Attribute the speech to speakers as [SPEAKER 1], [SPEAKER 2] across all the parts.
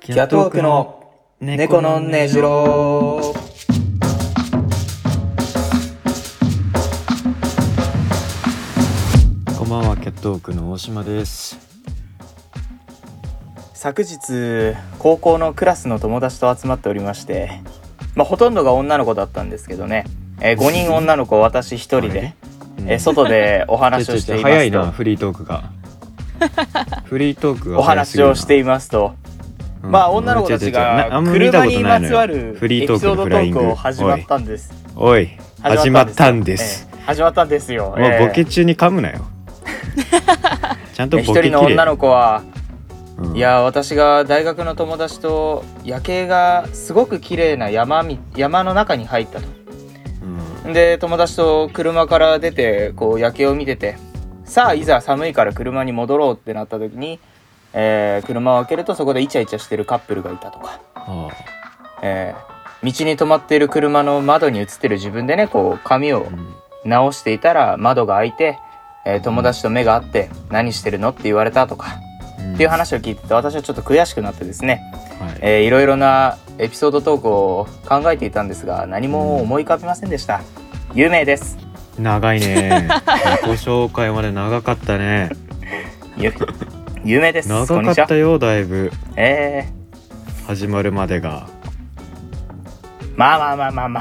[SPEAKER 1] キャットウォークの猫のねじろ
[SPEAKER 2] こんばんはキャットウォークの大島です
[SPEAKER 1] 昨日高校のクラスの友達と集まっておりまして、まあ、ほとんどが女の子だったんですけどね、えー、5人女の子私1人
[SPEAKER 2] あ
[SPEAKER 1] で
[SPEAKER 2] れ、
[SPEAKER 1] えー外でお話
[SPEAKER 2] ちょ
[SPEAKER 1] を
[SPEAKER 2] ちょ
[SPEAKER 1] し
[SPEAKER 2] ち
[SPEAKER 1] て
[SPEAKER 2] ょ
[SPEAKER 1] いま
[SPEAKER 2] 早
[SPEAKER 1] す
[SPEAKER 2] いな
[SPEAKER 1] と
[SPEAKER 2] フリートーク がフリートークが
[SPEAKER 1] お話をしていますと
[SPEAKER 2] 早すぎるなうん
[SPEAKER 1] まあ女の子たち
[SPEAKER 2] ちょちょちょなあ
[SPEAKER 1] が
[SPEAKER 2] んま見たこ
[SPEAKER 1] 車
[SPEAKER 2] と
[SPEAKER 1] に
[SPEAKER 2] ない
[SPEAKER 1] ま
[SPEAKER 2] のよ
[SPEAKER 1] つわるエ
[SPEAKER 2] フリ
[SPEAKER 1] ピ
[SPEAKER 2] ートー
[SPEAKER 1] ソー
[SPEAKER 2] クのフ
[SPEAKER 1] ドト
[SPEAKER 2] ライン
[SPEAKER 1] ー
[SPEAKER 2] グ
[SPEAKER 1] クを始まったんです
[SPEAKER 2] おい始まったんです、
[SPEAKER 1] ええ始まったんですよ、
[SPEAKER 2] お前
[SPEAKER 1] ええ
[SPEAKER 2] ボケ中に噛むな よちゃんと
[SPEAKER 1] え
[SPEAKER 2] ボ
[SPEAKER 1] 一
[SPEAKER 2] ケき
[SPEAKER 1] 人
[SPEAKER 2] れ
[SPEAKER 1] の女の子は
[SPEAKER 2] うん
[SPEAKER 1] いやー私が大学の友達と夜景がすごく綺麗な山み山の中に入ったと
[SPEAKER 2] うん
[SPEAKER 1] で友達と車から出てこう夜景を見ててさあいざ寒いから車に戻ろうってなった時に、えー車を開けるとそこでイチャイチャしてるカップルがいたとか、
[SPEAKER 2] あ
[SPEAKER 1] えー道に止まっている車の窓に映ってる自分でねこう髪を
[SPEAKER 2] あうん
[SPEAKER 1] 直していたら窓が開いて、えー友達と目が合って「何してるの?」って言われたとかっていう話を聞いてて私はちょっと悔しくなってですね
[SPEAKER 2] はい
[SPEAKER 1] えーいろいろなエピソードトークを考えていたんですが何も思い浮かびませんでした有名です
[SPEAKER 2] 長い ね自己紹介まで長かったね
[SPEAKER 1] ゆ有名です
[SPEAKER 2] 長
[SPEAKER 1] こんにち
[SPEAKER 2] かっ
[SPEAKER 1] は
[SPEAKER 2] たよだいぶ
[SPEAKER 1] え
[SPEAKER 2] 始まるまでが
[SPEAKER 1] ー、まあまあまあまあま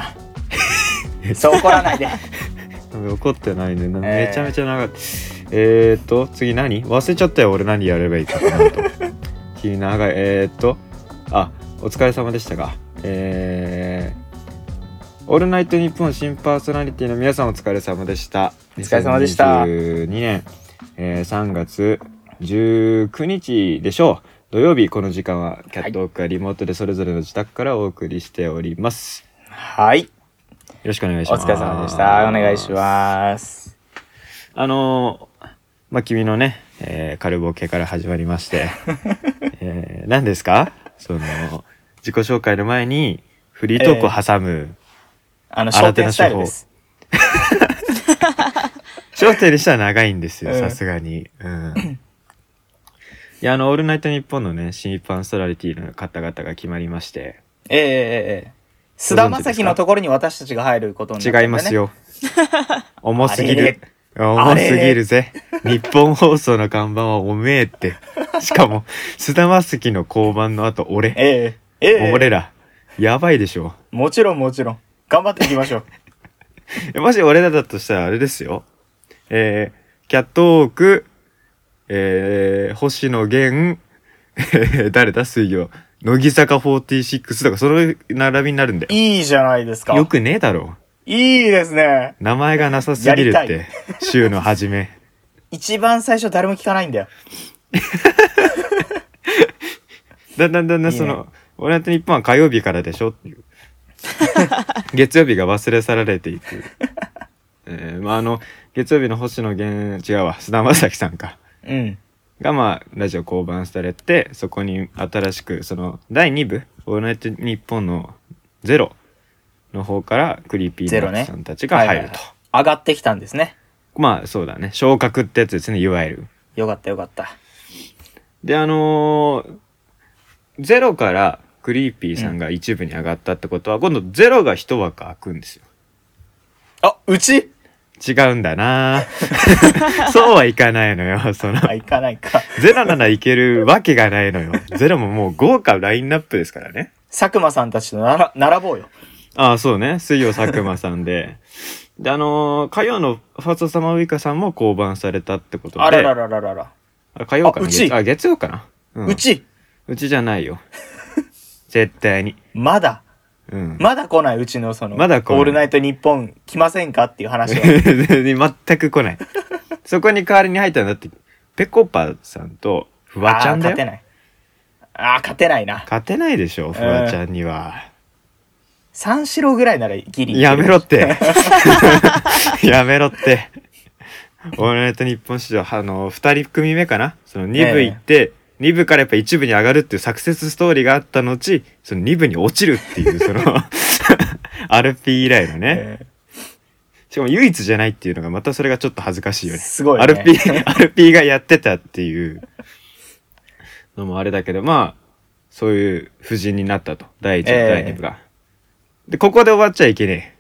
[SPEAKER 1] あそう怒らないで
[SPEAKER 2] 怒ってないね、な
[SPEAKER 1] えー
[SPEAKER 2] めちゃめちゃ長かったえー、っと次何忘れちゃったよ俺何やればいいかな と日長いえー、っとあお疲れ様でしたがえーオールナイトニッポン新パーソナリティの皆さんお疲れ様でした。
[SPEAKER 1] お疲れ様でした
[SPEAKER 2] 2年、えー3月19日でしょう。土曜日この時間はキャットウォークがリモートでそれぞれの自宅からお送りしております。
[SPEAKER 1] はい
[SPEAKER 2] よろしくお願いし
[SPEAKER 1] お
[SPEAKER 2] ます。
[SPEAKER 1] 疲れ様でしたお願いします
[SPEAKER 2] あのーまあ、君のね、えー、カルボケから始まりま して、えー、何ですかその、自己紹介の前に、フリートークを挟む、
[SPEAKER 1] あの
[SPEAKER 2] 新
[SPEAKER 1] 商
[SPEAKER 2] 手の
[SPEAKER 1] 店スタイルです
[SPEAKER 2] 焦点にしたら長いんですよ、
[SPEAKER 1] うん
[SPEAKER 2] さすがに。うん。いや、あの、オールナイトニッポンのね、新一般ソラリティの方々が決まりまして、
[SPEAKER 1] えーえーえー菅田将暉のところに私たちが入ることになったんだ
[SPEAKER 2] 違
[SPEAKER 1] ね
[SPEAKER 2] います よ。重すぎ
[SPEAKER 1] あれ
[SPEAKER 2] る。重すぎるぜ。日本放送の看板はおめえって。しかも、菅田将暉の交番の後、俺。
[SPEAKER 1] えー、えーえー
[SPEAKER 2] 俺ら、やばいでしょ。
[SPEAKER 1] もちろんもちろん頑張っていきましょう
[SPEAKER 2] えもし俺らだとしたらあれですよ。えー、キャットウォーク、えー、星野源、えー誰だ水曜。乃木坂46とか、その並びになるんだよ。
[SPEAKER 1] いいじゃないですか
[SPEAKER 2] よくねえだろ。
[SPEAKER 1] いいですね
[SPEAKER 2] 名前がなさすぎる
[SPEAKER 1] や
[SPEAKER 2] っ
[SPEAKER 1] りた
[SPEAKER 2] て、週の初め。
[SPEAKER 1] 一番最初誰も聞かないんだよ
[SPEAKER 2] だんだんだんだんそ
[SPEAKER 1] いい
[SPEAKER 2] の、俺の日本は火曜日からでしょって いう。月曜日が忘れ去られていく。えー、まああの、月曜日の星野源、違うわ、菅田将暉さんか。
[SPEAKER 1] うん
[SPEAKER 2] がまあラジオ降板されてそこに新しくその第2部「オールナイトニッポン」の「ゼロの方からクリーピーナッツさんたちが入ると、
[SPEAKER 1] はいはいはい上がってきたんですね
[SPEAKER 2] まあそうだね昇格ってやつですねいわゆる
[SPEAKER 1] よかったよかった
[SPEAKER 2] であのーゼロからクリーピーさんが一部に上がったってことは、今度ゼロが一枠空くんですよ
[SPEAKER 1] あうち
[SPEAKER 2] 違うんだな ぁそうはいかないのよその
[SPEAKER 1] あ行かないか
[SPEAKER 2] ゼロならいけるわけがないのよゼロももう豪華ラインナップですからね
[SPEAKER 1] 佐久間さんたちとなら並ぼうよ
[SPEAKER 2] ああ、そうね。水曜佐久間さんで。で、あのー火曜のファーストサマーウイカさんも降板されたってことで。
[SPEAKER 1] あらららららら、
[SPEAKER 2] あ火曜かな
[SPEAKER 1] あうち
[SPEAKER 2] 月あ、月曜かな、うん、
[SPEAKER 1] う。ち
[SPEAKER 2] うちじゃないよ。絶対に。
[SPEAKER 1] まだ
[SPEAKER 2] うん。
[SPEAKER 1] まだ来ないうちのその
[SPEAKER 2] まだ来ない
[SPEAKER 1] オールナイトニッポン来ませんかっていう話は
[SPEAKER 2] 全く来ない。そこに代わりに入ったんだって、ペコパさんとフワちゃ
[SPEAKER 1] あー
[SPEAKER 2] んだよ。
[SPEAKER 1] 勝てないあー勝てないな
[SPEAKER 2] 勝てないでしょ、フワちゃんには。
[SPEAKER 1] 三四郎ぐらいならギリいける
[SPEAKER 2] やめろ って。 やめろって。オールナイト日本史上、あの、二人組目かなその二部行って、二部からやっぱ一部に上がるっていうサクセスストーリーがあった後、その二部に落ちるっていう、 その、RP 以来のね。
[SPEAKER 1] え
[SPEAKER 2] しかも唯一じゃないっていうのが、またそれがちょっと恥ずかしいよね。
[SPEAKER 1] すごい ね
[SPEAKER 2] RP、RP がやってたっていうのもあれだけど、まあ、そういう布陣になったと第1部、
[SPEAKER 1] ええ
[SPEAKER 2] 第2部がでここで終わっちゃいけね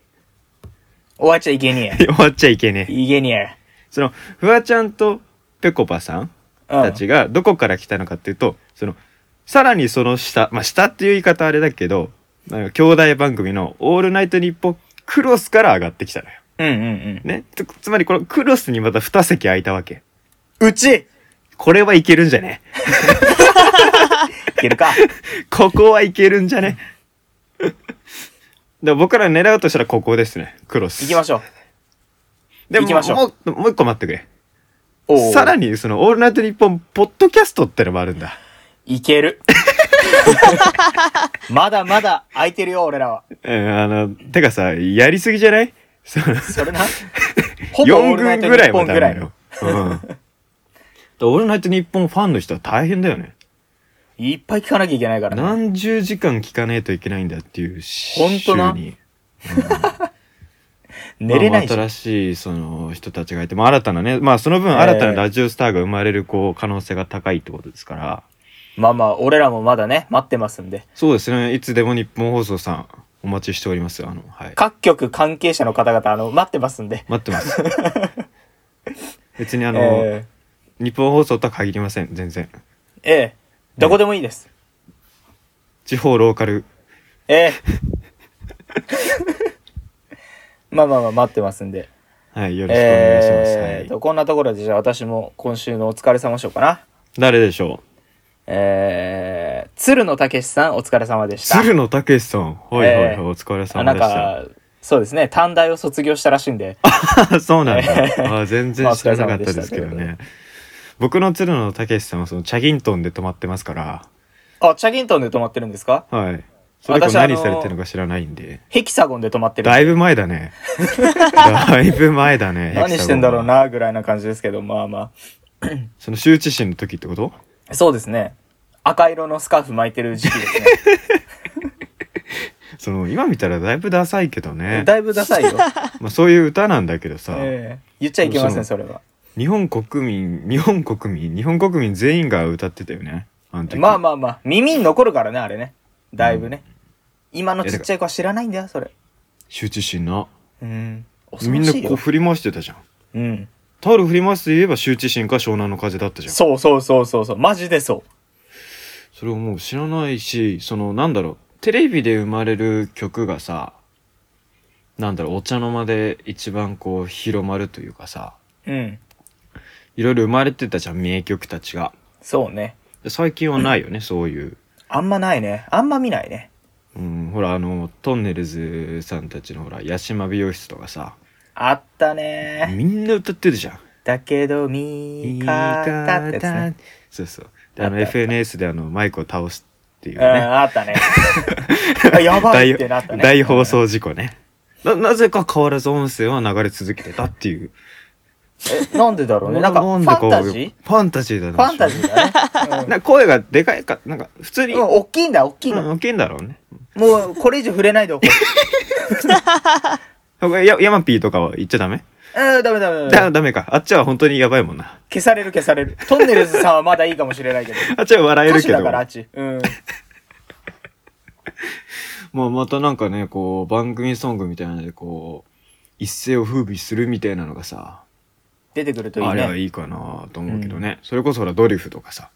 [SPEAKER 1] 終わっちゃいけね
[SPEAKER 2] え終わっちゃいけねえ
[SPEAKER 1] え。いけね
[SPEAKER 2] そのフワちゃんとぺこぱさん
[SPEAKER 1] え。うん
[SPEAKER 2] たちがどこから来たのかっていうとそのさらにその下まあ下っていう言い方あれだけどなんか兄弟番組の「オールナイトニッポン」クロスから上がってきたのよ。
[SPEAKER 1] うんうんうん。
[SPEAKER 2] ね、つつまりこのクロスにまた2席空いたわけ。
[SPEAKER 1] うちい
[SPEAKER 2] これはいけるんじゃね
[SPEAKER 1] けるか。
[SPEAKER 2] ここはいけるんじ ゃねで僕ら狙うとしたらここですね。クロス。
[SPEAKER 1] 行きましょう。
[SPEAKER 2] でも
[SPEAKER 1] 行きましょう
[SPEAKER 2] もうもう一個待ってく
[SPEAKER 1] お
[SPEAKER 2] れ。
[SPEAKER 1] う
[SPEAKER 2] さらにその「オールナイトニッポン」ポッドキャストってのもあるんだ。
[SPEAKER 1] いける。まだまだ空いてるよ、俺らは。
[SPEAKER 2] うん、あの、てかさ、やりすぎじゃないその
[SPEAKER 1] それな。ほぼオ
[SPEAKER 2] 4
[SPEAKER 1] ールナイ
[SPEAKER 2] 軍
[SPEAKER 1] ト
[SPEAKER 2] ぐ
[SPEAKER 1] ニ
[SPEAKER 2] ら
[SPEAKER 1] ッ
[SPEAKER 2] い
[SPEAKER 1] ポン
[SPEAKER 2] もダ
[SPEAKER 1] ぐら
[SPEAKER 2] メ
[SPEAKER 1] い。
[SPEAKER 2] よ。うん。だからオールナイトニッポンファンの人は大変だよね。
[SPEAKER 1] いっぱい聞かなきゃいけないからね。
[SPEAKER 2] 何十時間聞かねえといけないんだっていうし
[SPEAKER 1] ほんとな
[SPEAKER 2] 週に
[SPEAKER 1] 寝れない
[SPEAKER 2] ま
[SPEAKER 1] じ
[SPEAKER 2] あ
[SPEAKER 1] ゃ
[SPEAKER 2] 新
[SPEAKER 1] ん。
[SPEAKER 2] しいその人たちがいて、まあ、新たなね、まあ、その分新たなラジオスターが生まれるこう可能性が高いってことですから、
[SPEAKER 1] まあまあ、俺らもまだね、待ってますんで。
[SPEAKER 2] そうですねいつでも日本放送さんお待ちしておりますあのはい
[SPEAKER 1] 各局関係者の方々、あの、待ってますんで。
[SPEAKER 2] 待ってます 別にあ
[SPEAKER 1] あ
[SPEAKER 2] の、
[SPEAKER 1] え
[SPEAKER 2] 日本放送とは限りません全然
[SPEAKER 1] えええどこでもいいです。
[SPEAKER 2] 地方ローカル
[SPEAKER 1] ええまあまあまあ、待ってますんで。
[SPEAKER 2] はいよろしくお願いします、
[SPEAKER 1] えー
[SPEAKER 2] はい、
[SPEAKER 1] と、こんなところで、じゃあ私も今週のお疲れ様しようかな。
[SPEAKER 2] 誰でしょう
[SPEAKER 1] えー、鶴野武さん、お疲れ様でした。
[SPEAKER 2] 鶴野武さんはいはいはい、
[SPEAKER 1] えー
[SPEAKER 2] お疲れ
[SPEAKER 1] あ
[SPEAKER 2] 様
[SPEAKER 1] なん
[SPEAKER 2] でした
[SPEAKER 1] か、そうですね、短大を卒業したらしいんで、
[SPEAKER 2] そうなんだ。
[SPEAKER 1] え
[SPEAKER 2] あー全然知らなかったですけど
[SPEAKER 1] まあお疲れ様でしたとい
[SPEAKER 2] ね。
[SPEAKER 1] う
[SPEAKER 2] 僕の鶴野武さんはそのチャギントンで泊まってますから、
[SPEAKER 1] あ、チャギントンで泊まってるんですか
[SPEAKER 2] はい。それこ
[SPEAKER 1] 私
[SPEAKER 2] そ
[SPEAKER 1] あの
[SPEAKER 2] 何されてるのか知らないんで。
[SPEAKER 1] ヘキサゴンで泊まってる。
[SPEAKER 2] だいぶ前だね。 だいぶ前だね。
[SPEAKER 1] 何してんだろう
[SPEAKER 2] ヘキサゴンは。
[SPEAKER 1] な、ぐらいな感じですけど、まあま
[SPEAKER 2] その羞恥心の時ってこと
[SPEAKER 1] あ。そうですね。赤色のスカーフ巻いてる時期です
[SPEAKER 2] その今見たらだいぶダサいけど
[SPEAKER 1] ね。
[SPEAKER 2] ね。
[SPEAKER 1] だいぶダサいよ。
[SPEAKER 2] まあそういう歌なんだけどさ、
[SPEAKER 1] ええ言っちゃいけません、それは。
[SPEAKER 2] 日本国民、日本国民、日本国民全員が歌ってたよね。あの時。
[SPEAKER 1] まあまあまあ、耳に残るからね、あれね。だいぶね。今のちっちゃい子は知らないんだよ、それ。
[SPEAKER 2] 羞恥心な。
[SPEAKER 1] うん。恐
[SPEAKER 2] み
[SPEAKER 1] ろ
[SPEAKER 2] んな
[SPEAKER 1] しい
[SPEAKER 2] こう
[SPEAKER 1] よ。
[SPEAKER 2] 振り回してたじゃん。
[SPEAKER 1] うん。
[SPEAKER 2] タオル振り回すと言えば羞恥心か湘南の風だったじゃん。
[SPEAKER 1] そうそうそうそうそう。マジでそ
[SPEAKER 2] それをもう知らないしそのなんだろうテレビで生まれる曲がさなんだろうお茶の間で一番こう広まるというかさ
[SPEAKER 1] う。うん。
[SPEAKER 2] いろいろ生まれてたじゃん名曲たちが
[SPEAKER 1] そうね。
[SPEAKER 2] で最近はないよ ね、そういう、
[SPEAKER 1] あんまないね。あんま見ないね。
[SPEAKER 2] うん、ほらあのトンネルズさんたちのほら八島美容室とかさ
[SPEAKER 1] あったね
[SPEAKER 2] みんな歌ってるじゃん
[SPEAKER 1] だけど、見方ってやつね。
[SPEAKER 2] そうそうであの
[SPEAKER 1] あったあった、
[SPEAKER 2] FNS であのマイクを倒すっていううんね
[SPEAKER 1] あったね。 あやばいってなったね。
[SPEAKER 2] 大放送事故ねななぜか変わらず音声は流れ続けてたっていう
[SPEAKER 1] え。なんでだろうね。なんか、ファンタジー
[SPEAKER 2] ファンタジーだ
[SPEAKER 1] フ
[SPEAKER 2] な
[SPEAKER 1] ァンタジーだね。
[SPEAKER 2] なんか声がでかいかなんか普通
[SPEAKER 1] う
[SPEAKER 2] に、
[SPEAKER 1] ん、うん大きいんだ、大きいの。
[SPEAKER 2] 大きいんだろうね
[SPEAKER 1] もう、これ以上触れないでおこ
[SPEAKER 2] やヤマピーとかは言っちゃダメ、
[SPEAKER 1] う。うん、ダメダメダメ。
[SPEAKER 2] だダメかあっちは本当にやばいもんな
[SPEAKER 1] 消される消される。トンネルズさんはまだいいかもしれないけど。
[SPEAKER 2] あっちは笑え
[SPEAKER 1] 歌
[SPEAKER 2] る
[SPEAKER 1] 手
[SPEAKER 2] けど
[SPEAKER 1] だから、あっち。うん。
[SPEAKER 2] もうまたなんかねこう番組ソングみたいなのでこう一世を風靡するみたいなのがさ
[SPEAKER 1] 出てくるといい
[SPEAKER 2] あれは
[SPEAKER 1] ね。
[SPEAKER 2] いいかなと思うけどね、それこそほらドリフとかさ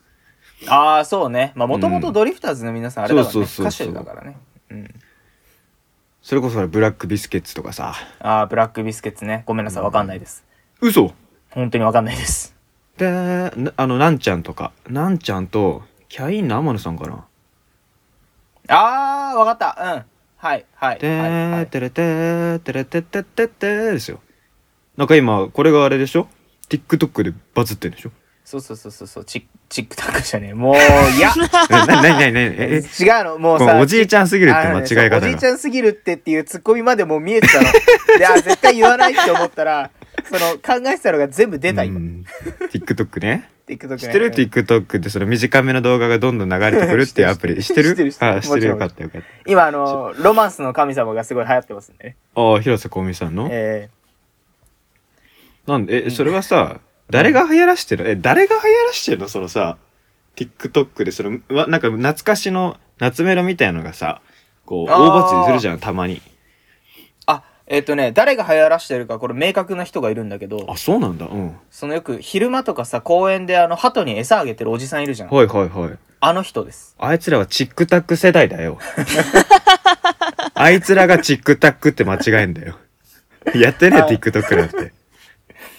[SPEAKER 1] ああ、そうね。まあ、もともとドリフターズの皆さん、あれだから
[SPEAKER 2] そう
[SPEAKER 1] ね。
[SPEAKER 2] そうそうそ
[SPEAKER 1] 歌
[SPEAKER 2] う
[SPEAKER 1] 手だからね。うん。
[SPEAKER 2] それこそほらブラックビスケッツとかさ
[SPEAKER 1] ああ、ブラックビスケッツね。ごめんなさい、わかんないです。
[SPEAKER 2] 嘘
[SPEAKER 1] 本当にわかんないです。
[SPEAKER 2] でなあのなんちゃんとかなんちゃんとキャインの天野さんかな
[SPEAKER 1] ああ、わかった。うん。はい、はい。
[SPEAKER 2] て
[SPEAKER 1] はいは
[SPEAKER 2] ー
[SPEAKER 1] い
[SPEAKER 2] てれてーてれてってってってーですよなんか今これがあれでしょ TikTok でバズってるでしょ
[SPEAKER 1] そうそうそうそうそう、チッチックタックじゃねえ。もう、いや
[SPEAKER 2] えななになになに
[SPEAKER 1] 違
[SPEAKER 2] え
[SPEAKER 1] う
[SPEAKER 2] え
[SPEAKER 1] の、もう
[SPEAKER 2] この
[SPEAKER 1] さ。
[SPEAKER 2] おじいちゃんすぎるって
[SPEAKER 1] あ
[SPEAKER 2] 間
[SPEAKER 1] のね
[SPEAKER 2] 違い方
[SPEAKER 1] そうおじい
[SPEAKER 2] が
[SPEAKER 1] ちゃんすぎるってっていうツッコミまでもう見えてたの。いや、絶対言わないって思っ たら、その、考えてたのが全部出た、
[SPEAKER 2] う
[SPEAKER 1] 今。
[SPEAKER 2] ん TikTok ね
[SPEAKER 1] ティックトック
[SPEAKER 2] 知ってる TikTok でその短めの動画がどんどん流れてくるっていうアプリ知
[SPEAKER 1] 知っ
[SPEAKER 2] ってて
[SPEAKER 1] る
[SPEAKER 2] る
[SPEAKER 1] 知ってる
[SPEAKER 2] あ知ってる
[SPEAKER 1] もちろん
[SPEAKER 2] よかったよかった
[SPEAKER 1] 今、あの、ロマンスの神様がすごい流行ってますんでね。
[SPEAKER 2] ああ広瀬香美さんの
[SPEAKER 1] え
[SPEAKER 2] なんでえそれはさ誰が流行らしてるのえ誰が流行らしてるのそのさ TikTok でそのわなんか懐かしの夏メロみたいのがさこう
[SPEAKER 1] あー
[SPEAKER 2] 大バズりするじゃんたまに
[SPEAKER 1] あ、えっ、とね、誰が流行らしてるか、これ明確な人がいるんだけど
[SPEAKER 2] あ、そうなんだうん
[SPEAKER 1] そのよく昼間とかさ、公園であの、鳩に餌あげてるおじさんいるじゃん。
[SPEAKER 2] はいはいはい
[SPEAKER 1] あの人です。
[SPEAKER 2] あいつらはチックタック世代だよあいつらがチックタックって間違えんだよやってねえ
[SPEAKER 1] はい
[SPEAKER 2] TikTok なんて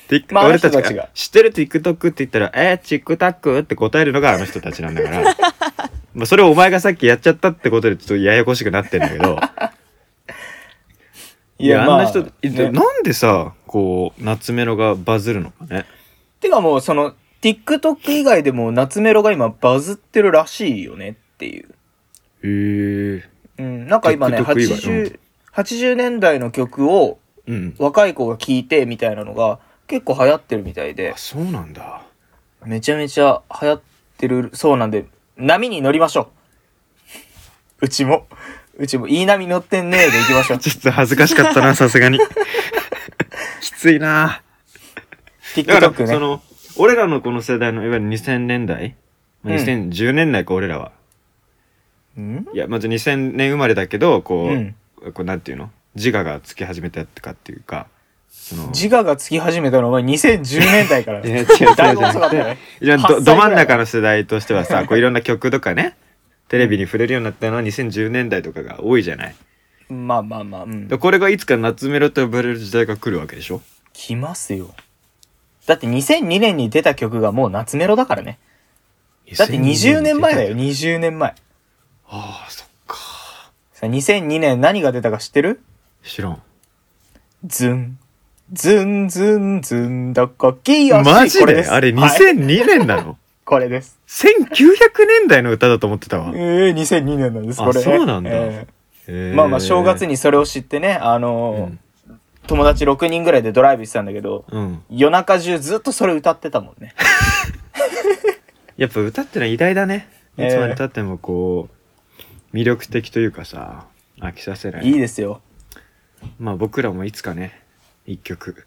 [SPEAKER 2] Tik-
[SPEAKER 1] まああの
[SPEAKER 2] 俺
[SPEAKER 1] 人
[SPEAKER 2] たち
[SPEAKER 1] たち
[SPEAKER 2] が
[SPEAKER 1] が
[SPEAKER 2] 知ってる TikTok って言ったら「えー、チックタック?」って答えるのがあの人たちなんだから まあそれをお前がさっきやっちゃったってことでちょっとややこしくなってんだけどいや、あんな人、い
[SPEAKER 1] ね
[SPEAKER 2] なんでさ、こう、夏メロがバズるのかね。
[SPEAKER 1] てかもう、その、TikTok 以外でも夏メロが今バズってるらしいよねっていう。
[SPEAKER 2] へえ。
[SPEAKER 1] うん、なんか今ね、
[SPEAKER 2] TikTok 以外
[SPEAKER 1] 80、80年代の曲を
[SPEAKER 2] うん。
[SPEAKER 1] 若い子が聴いてみたいなのが結構流行ってるみたいで
[SPEAKER 2] あ、、そうなんだ。
[SPEAKER 1] めちゃめちゃ流行ってるそうなんで、波に乗りましょう。うちも、うちも、いい波乗ってんねーで行きま しょう。
[SPEAKER 2] ちょっと恥ずかしかった な、さすがに。きついな。だから、
[SPEAKER 1] TikTok
[SPEAKER 2] そ
[SPEAKER 1] ね。
[SPEAKER 2] の、俺らのこの世代の、いわゆる2000年代、まあ
[SPEAKER 1] うん
[SPEAKER 2] 2010年代か、俺らは。
[SPEAKER 1] うん
[SPEAKER 2] いや、まず2000年生まれだけど、こ
[SPEAKER 1] うん
[SPEAKER 2] う、こうなんていうの自我がつき始めたってかっていうか、その、
[SPEAKER 1] 自我がつき始めたのは2010年代 から。
[SPEAKER 2] いや違う違う
[SPEAKER 1] だいぶ遅かったね。
[SPEAKER 2] いや
[SPEAKER 1] 8
[SPEAKER 2] ど
[SPEAKER 1] 歳
[SPEAKER 2] ど
[SPEAKER 1] ぐら
[SPEAKER 2] 真
[SPEAKER 1] い
[SPEAKER 2] ん中の世代としてはさこういろんな曲とかねテレビに触れるようになったのは2010年代とかが多いじゃない
[SPEAKER 1] まあまあまあ、うん
[SPEAKER 2] で。これがいつか夏メロと呼ばれる時代が来るわけでしょ
[SPEAKER 1] 来ますよ。だって2002年に出た曲がもう夏メロだからね。だって20年前だよ、20年前。
[SPEAKER 2] ああそっか
[SPEAKER 1] さ2002年何が出たか知ってる
[SPEAKER 2] 知らん
[SPEAKER 1] ズン。ズンズンズンどこきよし
[SPEAKER 2] マジ
[SPEAKER 1] これ
[SPEAKER 2] ですあれ
[SPEAKER 1] はい
[SPEAKER 2] 2002年なの、
[SPEAKER 1] これです。
[SPEAKER 2] 1900年代の歌だと思ってたわへ
[SPEAKER 1] ええ2002年なんです、
[SPEAKER 2] あ
[SPEAKER 1] これ。
[SPEAKER 2] そうなんだ
[SPEAKER 1] ええ
[SPEAKER 2] ー
[SPEAKER 1] まあまあ、正月にそれを知ってね、あのー
[SPEAKER 2] うん
[SPEAKER 1] 友達6人ぐらいでドライブしてたんだけど、
[SPEAKER 2] うん
[SPEAKER 1] 夜中中ずっとそれ歌ってたもんね。
[SPEAKER 2] やっぱ歌ってのは偉大だねい
[SPEAKER 1] えー
[SPEAKER 2] つまでたってもこう魅力的というかさ飽きさせない
[SPEAKER 1] いいですよ。
[SPEAKER 2] まあ僕らもいつかね、一曲。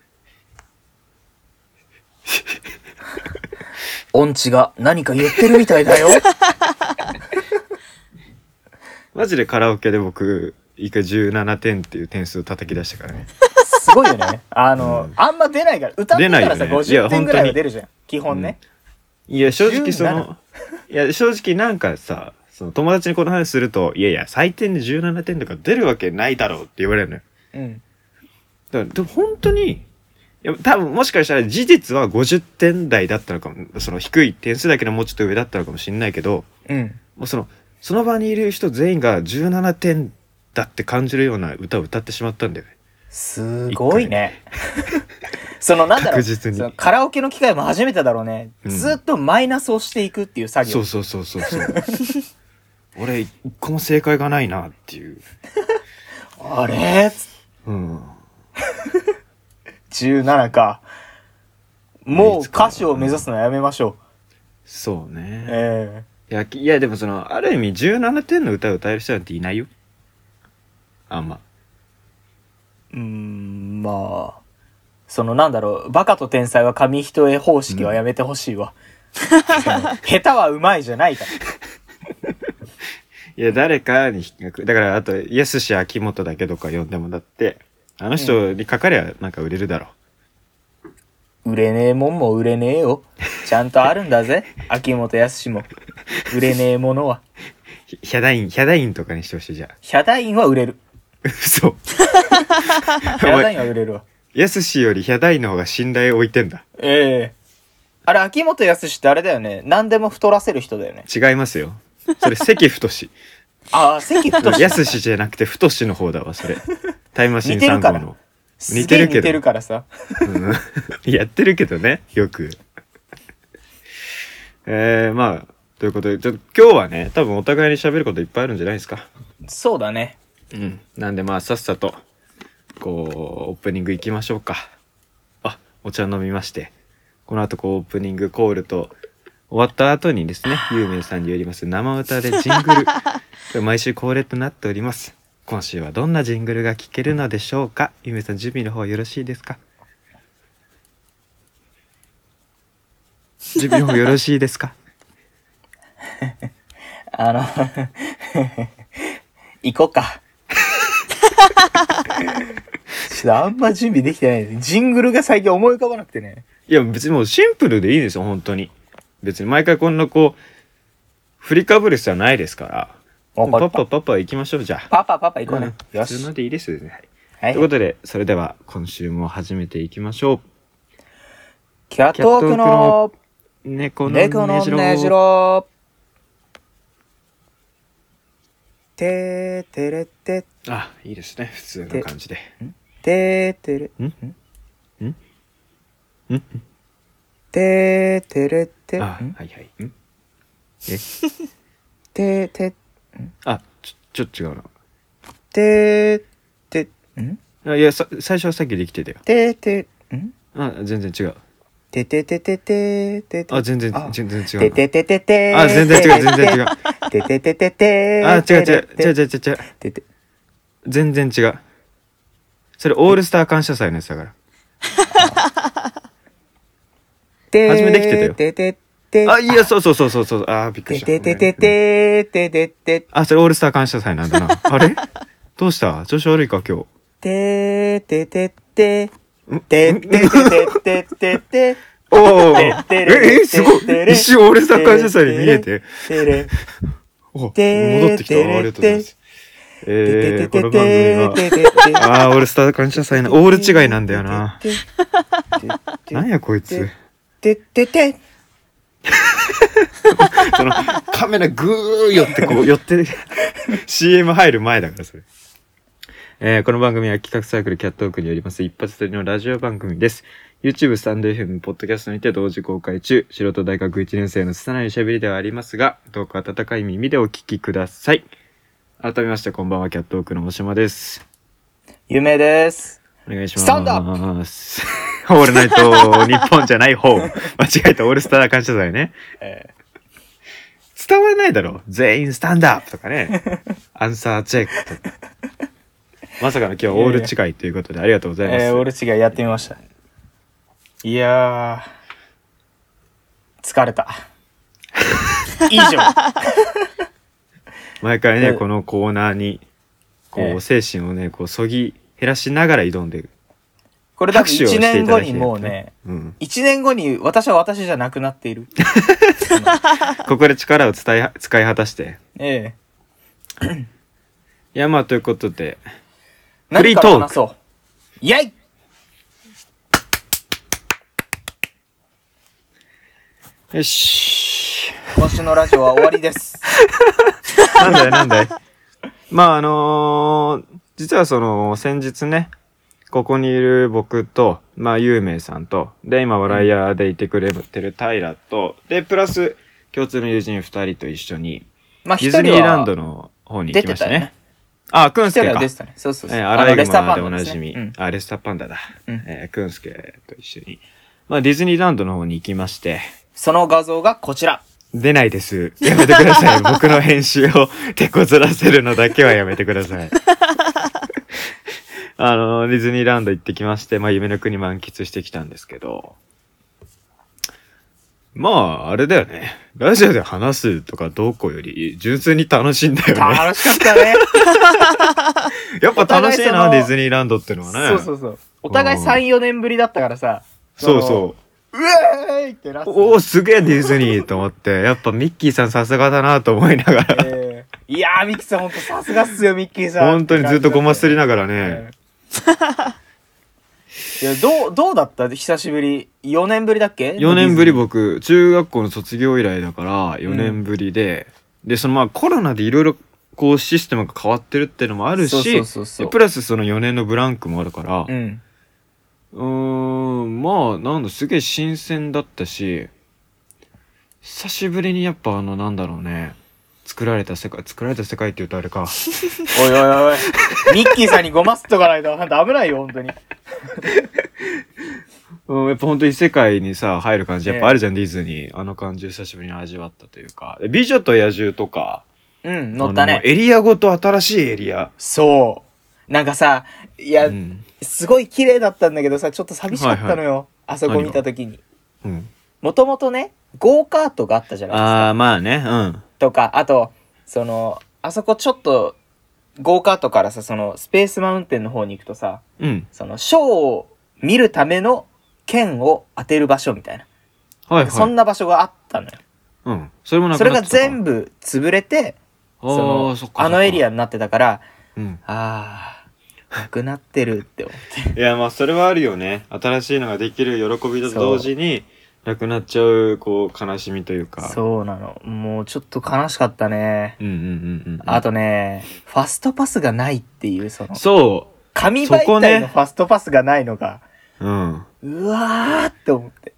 [SPEAKER 1] 音痴が何か言ってるみたいだよ。
[SPEAKER 2] マジでカラオケで僕、一回17点っていう点数を叩き出したからね。
[SPEAKER 1] すごいよね。あの、
[SPEAKER 2] うん
[SPEAKER 1] あんま出ないから、歌ってたら
[SPEAKER 2] 出な
[SPEAKER 1] さ、
[SPEAKER 2] いよねいや
[SPEAKER 1] 50点ぐら
[SPEAKER 2] 本当
[SPEAKER 1] い
[SPEAKER 2] に
[SPEAKER 1] は出るじゃん。基本ね。
[SPEAKER 2] いや、正直そ
[SPEAKER 1] 17
[SPEAKER 2] の、いや、正直なんかさ、その友達にこの話すると、いやいや、採点で17点とか出るわけないだろうって言われるのよ。
[SPEAKER 1] うん。
[SPEAKER 2] だから、でも本当に、いや、多分もしかしたら事実は50点台だったのかも、その低い点数だけどもうちょっと上だったのかもしれないけど、
[SPEAKER 1] うん。
[SPEAKER 2] もうその、その場にいる人全員が17点だって感じるような歌を歌ってしまったんだよね。
[SPEAKER 1] すごいね。 その、なんだろう、
[SPEAKER 2] 確実に
[SPEAKER 1] そのカラオケの機会も初めてだろうね。
[SPEAKER 2] うん
[SPEAKER 1] ずっとマイナスをしていくっていう作業。
[SPEAKER 2] そうそうそうそう そう俺一個も正解がないなっていう
[SPEAKER 1] あれ
[SPEAKER 2] うん
[SPEAKER 1] 17か。もう
[SPEAKER 2] いつか
[SPEAKER 1] 歌手を目指すのはやめましょう。
[SPEAKER 2] そうね
[SPEAKER 1] え
[SPEAKER 2] いやきいやでもそのある意味17点の歌を歌える人なんていないよあんま
[SPEAKER 1] えうーん、まあ。そのなんだろう、バカと天才は紙一重方式はやめてほしいわ。その 下手はうまいじゃないから。
[SPEAKER 2] いや誰かに比較だからあと「イエス氏秋元だけ」とか呼んでもだってあの人にかかりゃなんか売れるだろ
[SPEAKER 1] 売れねえもんも売れねえよ。ちゃんとあるん だぜ。秋元康も。売れねえものは。
[SPEAKER 2] うヒヒャダインヒャダインとかにしてほしいじゃん
[SPEAKER 1] ヒャダインは売れる。
[SPEAKER 2] 嘘
[SPEAKER 1] ヒャダインは売れるわ。
[SPEAKER 2] イエス氏よりヒャダインの方が信頼を置いてんだ
[SPEAKER 1] ええあれ、秋元康ってあれだよね。何でも太らせる人だよね。
[SPEAKER 2] 違いますよそれ関太志
[SPEAKER 1] ああ、 関太
[SPEAKER 2] やすしじゃなくて、太しの方だわ、それ。タイムマシーン
[SPEAKER 1] 似て
[SPEAKER 2] 3
[SPEAKER 1] るか
[SPEAKER 2] 号
[SPEAKER 1] ら
[SPEAKER 2] の。
[SPEAKER 1] すげえ
[SPEAKER 2] 似てるけど
[SPEAKER 1] 似てるからさ。
[SPEAKER 2] うん やってるけどね、よく。えー、まあ、ということで、ちょっと今日はね、多分お互いに喋ることいっぱいあるんじゃないですか。
[SPEAKER 1] そうだね。
[SPEAKER 2] うん。なんでまあ、さっさと、こう、オープニング行きましょうか。あ、お茶飲みまして。この後、こう、オープニングコールと、終わった後にですね、ゆうめいさんによります生歌でジングル。これ毎週恒例となっております。今週はどんなジングルが聴けるのでしょうかゆうめいさん、準備の方よろしいですか準備の方よろしいですか
[SPEAKER 1] あの、 行こ うか。ちょっとあんま準備できてないです。ジングルが最近思い浮かばなくてね。
[SPEAKER 2] いや、別にもうシンプルでいいですよ、本当に。別に毎回こんなこう、振りかぶる必要はないですから。
[SPEAKER 1] わか
[SPEAKER 2] パ
[SPEAKER 1] っ
[SPEAKER 2] パ
[SPEAKER 1] た。
[SPEAKER 2] パパ行きましょう、じゃあ。
[SPEAKER 1] パパパパ行こうね。
[SPEAKER 2] うん
[SPEAKER 1] よ
[SPEAKER 2] 普通
[SPEAKER 1] し
[SPEAKER 2] の。でいいですよね。はい
[SPEAKER 1] は
[SPEAKER 2] というこ
[SPEAKER 1] い。
[SPEAKER 2] とで、それでは今週も始めていきましょ
[SPEAKER 1] キャットウォークの
[SPEAKER 2] う。猫の
[SPEAKER 1] 猫の
[SPEAKER 2] ねじろ。
[SPEAKER 1] ねじろ。てーてれって
[SPEAKER 2] あ、いいですね、普通の感じで。
[SPEAKER 1] てーてれ。
[SPEAKER 2] んんん
[SPEAKER 1] てーてれって。
[SPEAKER 2] あ、は
[SPEAKER 1] ん
[SPEAKER 2] いはい。ん
[SPEAKER 1] てーて、
[SPEAKER 2] あ、ちょ、ちょっと違う
[SPEAKER 1] てーて、ん
[SPEAKER 2] な。あいや、さ最初はさっきできてたよ。
[SPEAKER 1] てーて、ん
[SPEAKER 2] あ、全然違う。
[SPEAKER 1] ててててててて。
[SPEAKER 2] あ、全然
[SPEAKER 1] あ、
[SPEAKER 2] 全然違
[SPEAKER 1] て
[SPEAKER 2] うな。
[SPEAKER 1] てててて。
[SPEAKER 2] あ、全然違う、全然違う。
[SPEAKER 1] ててててて。
[SPEAKER 2] あ、違う違う、違う違う違う違う。
[SPEAKER 1] てて。
[SPEAKER 2] 全然違う。それ、オールスター感謝祭のやつだから。
[SPEAKER 1] て
[SPEAKER 2] 初めできてたよ
[SPEAKER 1] ててて。
[SPEAKER 2] あ、いや、そうそうそうそうそう。あー、びっくりし
[SPEAKER 1] て
[SPEAKER 2] た。
[SPEAKER 1] ててててててて
[SPEAKER 2] あ、それオールスター感謝祭なんだな。あれどうした調子悪いか今日。
[SPEAKER 1] てててて。てててててて。
[SPEAKER 2] おお。
[SPEAKER 1] てれ
[SPEAKER 2] え
[SPEAKER 1] てれ、
[SPEAKER 2] え、すごい
[SPEAKER 1] てれ。てれ
[SPEAKER 2] 一瞬オールスター感謝祭に見えて。
[SPEAKER 1] てれ。
[SPEAKER 2] お戻
[SPEAKER 1] てれ
[SPEAKER 2] ってきた。ありがとうございます。えー、この番組は。
[SPEAKER 1] てて
[SPEAKER 2] あー、オールスター感謝祭な。オール違いなんだよな。。なんやこいつ。
[SPEAKER 1] ててて。
[SPEAKER 2] その、カメラぐー寄ってこう、寄って、CM 入る前だから、それ。えーこの番組は企画サークルキャットオークによります一発撮りのラジオ番組です。YouTube、スタンド FM、ポッドキャストにて同時公開中、素人大学1年生の拙い喋りではありますが、どうか温かい耳でお聞きください。改めまして、こんばんは、キャットオークの大島です。
[SPEAKER 1] 夢です。
[SPEAKER 2] お願いします。
[SPEAKER 1] スタンドア
[SPEAKER 2] ップオールナイト、日本じゃない 方。間違えた、オールスター感謝祭ね。
[SPEAKER 1] え
[SPEAKER 2] 伝わらないだろ全員スタンダップとか ねアンサーチェックとかまさかの今日はオール違いということでありがとうございます、
[SPEAKER 1] えー、俺違いやってみました。いやー、疲れた。以上。
[SPEAKER 2] 毎回ね、
[SPEAKER 1] えー
[SPEAKER 2] このコーナーにこう、
[SPEAKER 1] えー
[SPEAKER 2] 精神をねこうそぎ減らしながら挑んでる
[SPEAKER 1] これだって
[SPEAKER 2] 拍手をし
[SPEAKER 1] 1
[SPEAKER 2] てい
[SPEAKER 1] 年
[SPEAKER 2] た
[SPEAKER 1] 後
[SPEAKER 2] だき
[SPEAKER 1] に
[SPEAKER 2] たい
[SPEAKER 1] もうね、
[SPEAKER 2] うん、
[SPEAKER 1] 1年後に私は私じゃなくなっている。
[SPEAKER 2] ここで力を伝え使い果たして
[SPEAKER 1] ええ
[SPEAKER 2] いやまあということでフリー
[SPEAKER 1] 何か
[SPEAKER 2] トーク
[SPEAKER 1] ら話そう。イェイ
[SPEAKER 2] よし
[SPEAKER 1] 今週のラジオは終わりです。
[SPEAKER 2] なんだいなんだいまああのー実はその先日ねここにいる僕と、まあ、ゆうめいさんと、で、今、笑い屋でいてくれてる平と、で、プラス、共通の友人二人と一緒に、
[SPEAKER 1] まあ、
[SPEAKER 2] デ
[SPEAKER 1] 一
[SPEAKER 2] ィズニ
[SPEAKER 1] 人
[SPEAKER 2] ーランド
[SPEAKER 1] は、
[SPEAKER 2] の方に行
[SPEAKER 1] 出
[SPEAKER 2] きま
[SPEAKER 1] て
[SPEAKER 2] した
[SPEAKER 1] たよ
[SPEAKER 2] ね。
[SPEAKER 1] ね。
[SPEAKER 2] あ、くん
[SPEAKER 1] 一
[SPEAKER 2] すけ
[SPEAKER 1] 人
[SPEAKER 2] か。え
[SPEAKER 1] は出てたね。そうそうそう。
[SPEAKER 2] ー、
[SPEAKER 1] あ
[SPEAKER 2] ア
[SPEAKER 1] の
[SPEAKER 2] ライ
[SPEAKER 1] レ
[SPEAKER 2] グ
[SPEAKER 1] ッサー
[SPEAKER 2] マ
[SPEAKER 1] パ
[SPEAKER 2] で
[SPEAKER 1] ン
[SPEAKER 2] お
[SPEAKER 1] ダ
[SPEAKER 2] な
[SPEAKER 1] です
[SPEAKER 2] じ
[SPEAKER 1] ね
[SPEAKER 2] み、
[SPEAKER 1] うん
[SPEAKER 2] あ、レッサーパンダだ。
[SPEAKER 1] うん
[SPEAKER 2] えー、くんすけと一緒に、まあ、ディズニーランドの方に行きまして、
[SPEAKER 1] その画像がこちら。
[SPEAKER 2] 出ないです。やめてくだ さい。僕の編集を手こずらせるのだけはやめてください。 あの、ディズニーランド行ってきまして、まあ、夢の国満喫してきたんですけど、まあ、あれだよね。ラジオで話すとかどうこうより、純粋に楽しいんだよね。
[SPEAKER 1] 楽しかったね。
[SPEAKER 2] やっぱ楽しいな、
[SPEAKER 1] お互いその
[SPEAKER 2] ディズニーランドってのはね。
[SPEAKER 1] そうそうそう。お互い3、4年ぶりだったからさ。
[SPEAKER 2] そう
[SPEAKER 1] の
[SPEAKER 2] そう
[SPEAKER 1] えーいってなっ
[SPEAKER 2] う。
[SPEAKER 1] て
[SPEAKER 2] おお、すげえディズニーと思って、やっぱミッキーさんさすがだなと思いなが ら、
[SPEAKER 1] えーいやー、ミッキーさん、ほんとさすがっすよ、ミッキーさん。
[SPEAKER 2] 本当にずっとごますりな
[SPEAKER 1] な
[SPEAKER 2] がらね、
[SPEAKER 1] いや、どう、どうだった久しぶり。4年ぶりだっけ
[SPEAKER 2] 4年ぶり
[SPEAKER 1] ディズニー
[SPEAKER 2] 僕中学校の卒業以来だから4年ぶりで、でそのまあコロナでいろいろこうシステムが変わってるっていうのもあるし
[SPEAKER 1] そうそうそうそう
[SPEAKER 2] でプラスその4年のブランクもあるから
[SPEAKER 1] う。
[SPEAKER 2] うんーんまあなんだすげえ新鮮だったし久しぶりにやっぱあのなんだろうね作られた世界作られた世界って言うとあれか
[SPEAKER 1] おいおいおい。ミッキーさんにごますっとかないと、ほんと危ないよ、本当に。
[SPEAKER 2] うんやっぱほんと異世界にさ入る感じやっぱあるじゃん、ディズニーあの感じ久しぶりに味わったというかで美女と野獣とか
[SPEAKER 1] うん、乗った
[SPEAKER 2] あの
[SPEAKER 1] ね。
[SPEAKER 2] エリアごと新しいエリア
[SPEAKER 1] そう。なんかさ、いや、
[SPEAKER 2] うん
[SPEAKER 1] すごい綺麗だったんだけどさ、ちょっと寂しかったのよ。あそこ見たときに。
[SPEAKER 2] うん、
[SPEAKER 1] もともとね、ゴーカートがあったじゃないですか。
[SPEAKER 2] ああまあねうん
[SPEAKER 1] とか、あと、その、あそこちょっと、ゴーカートからさ、その、スペースマウンテンの方に行くとさ、
[SPEAKER 2] うん。
[SPEAKER 1] その、ショーを見るための剣を当てる場所みたいな。
[SPEAKER 2] はいはい。
[SPEAKER 1] そんな場所があったのよ。
[SPEAKER 2] うん。それもなく
[SPEAKER 1] そ
[SPEAKER 2] な
[SPEAKER 1] れ
[SPEAKER 2] っ
[SPEAKER 1] が
[SPEAKER 2] てた
[SPEAKER 1] 全部潰れて、
[SPEAKER 2] あー
[SPEAKER 1] そ
[SPEAKER 2] そっか
[SPEAKER 1] あのエリ
[SPEAKER 2] ア。
[SPEAKER 1] アになってたから、
[SPEAKER 2] うん。
[SPEAKER 1] ああ、なくなってるって思って。
[SPEAKER 2] いや、まあ、それはあるよね。新しいのができる喜びと同時に、なくなっちゃう、こう、悲しみというか。う。
[SPEAKER 1] そうなの。もうちょっと悲しかったね。
[SPEAKER 2] うんうんうんうん。
[SPEAKER 1] あとね、ファストパスがないっていう、その、
[SPEAKER 2] そ
[SPEAKER 1] 紙
[SPEAKER 2] そこ
[SPEAKER 1] 媒
[SPEAKER 2] ね
[SPEAKER 1] 体のファストパスがないのが、
[SPEAKER 2] う。うん。
[SPEAKER 1] うわーって思って。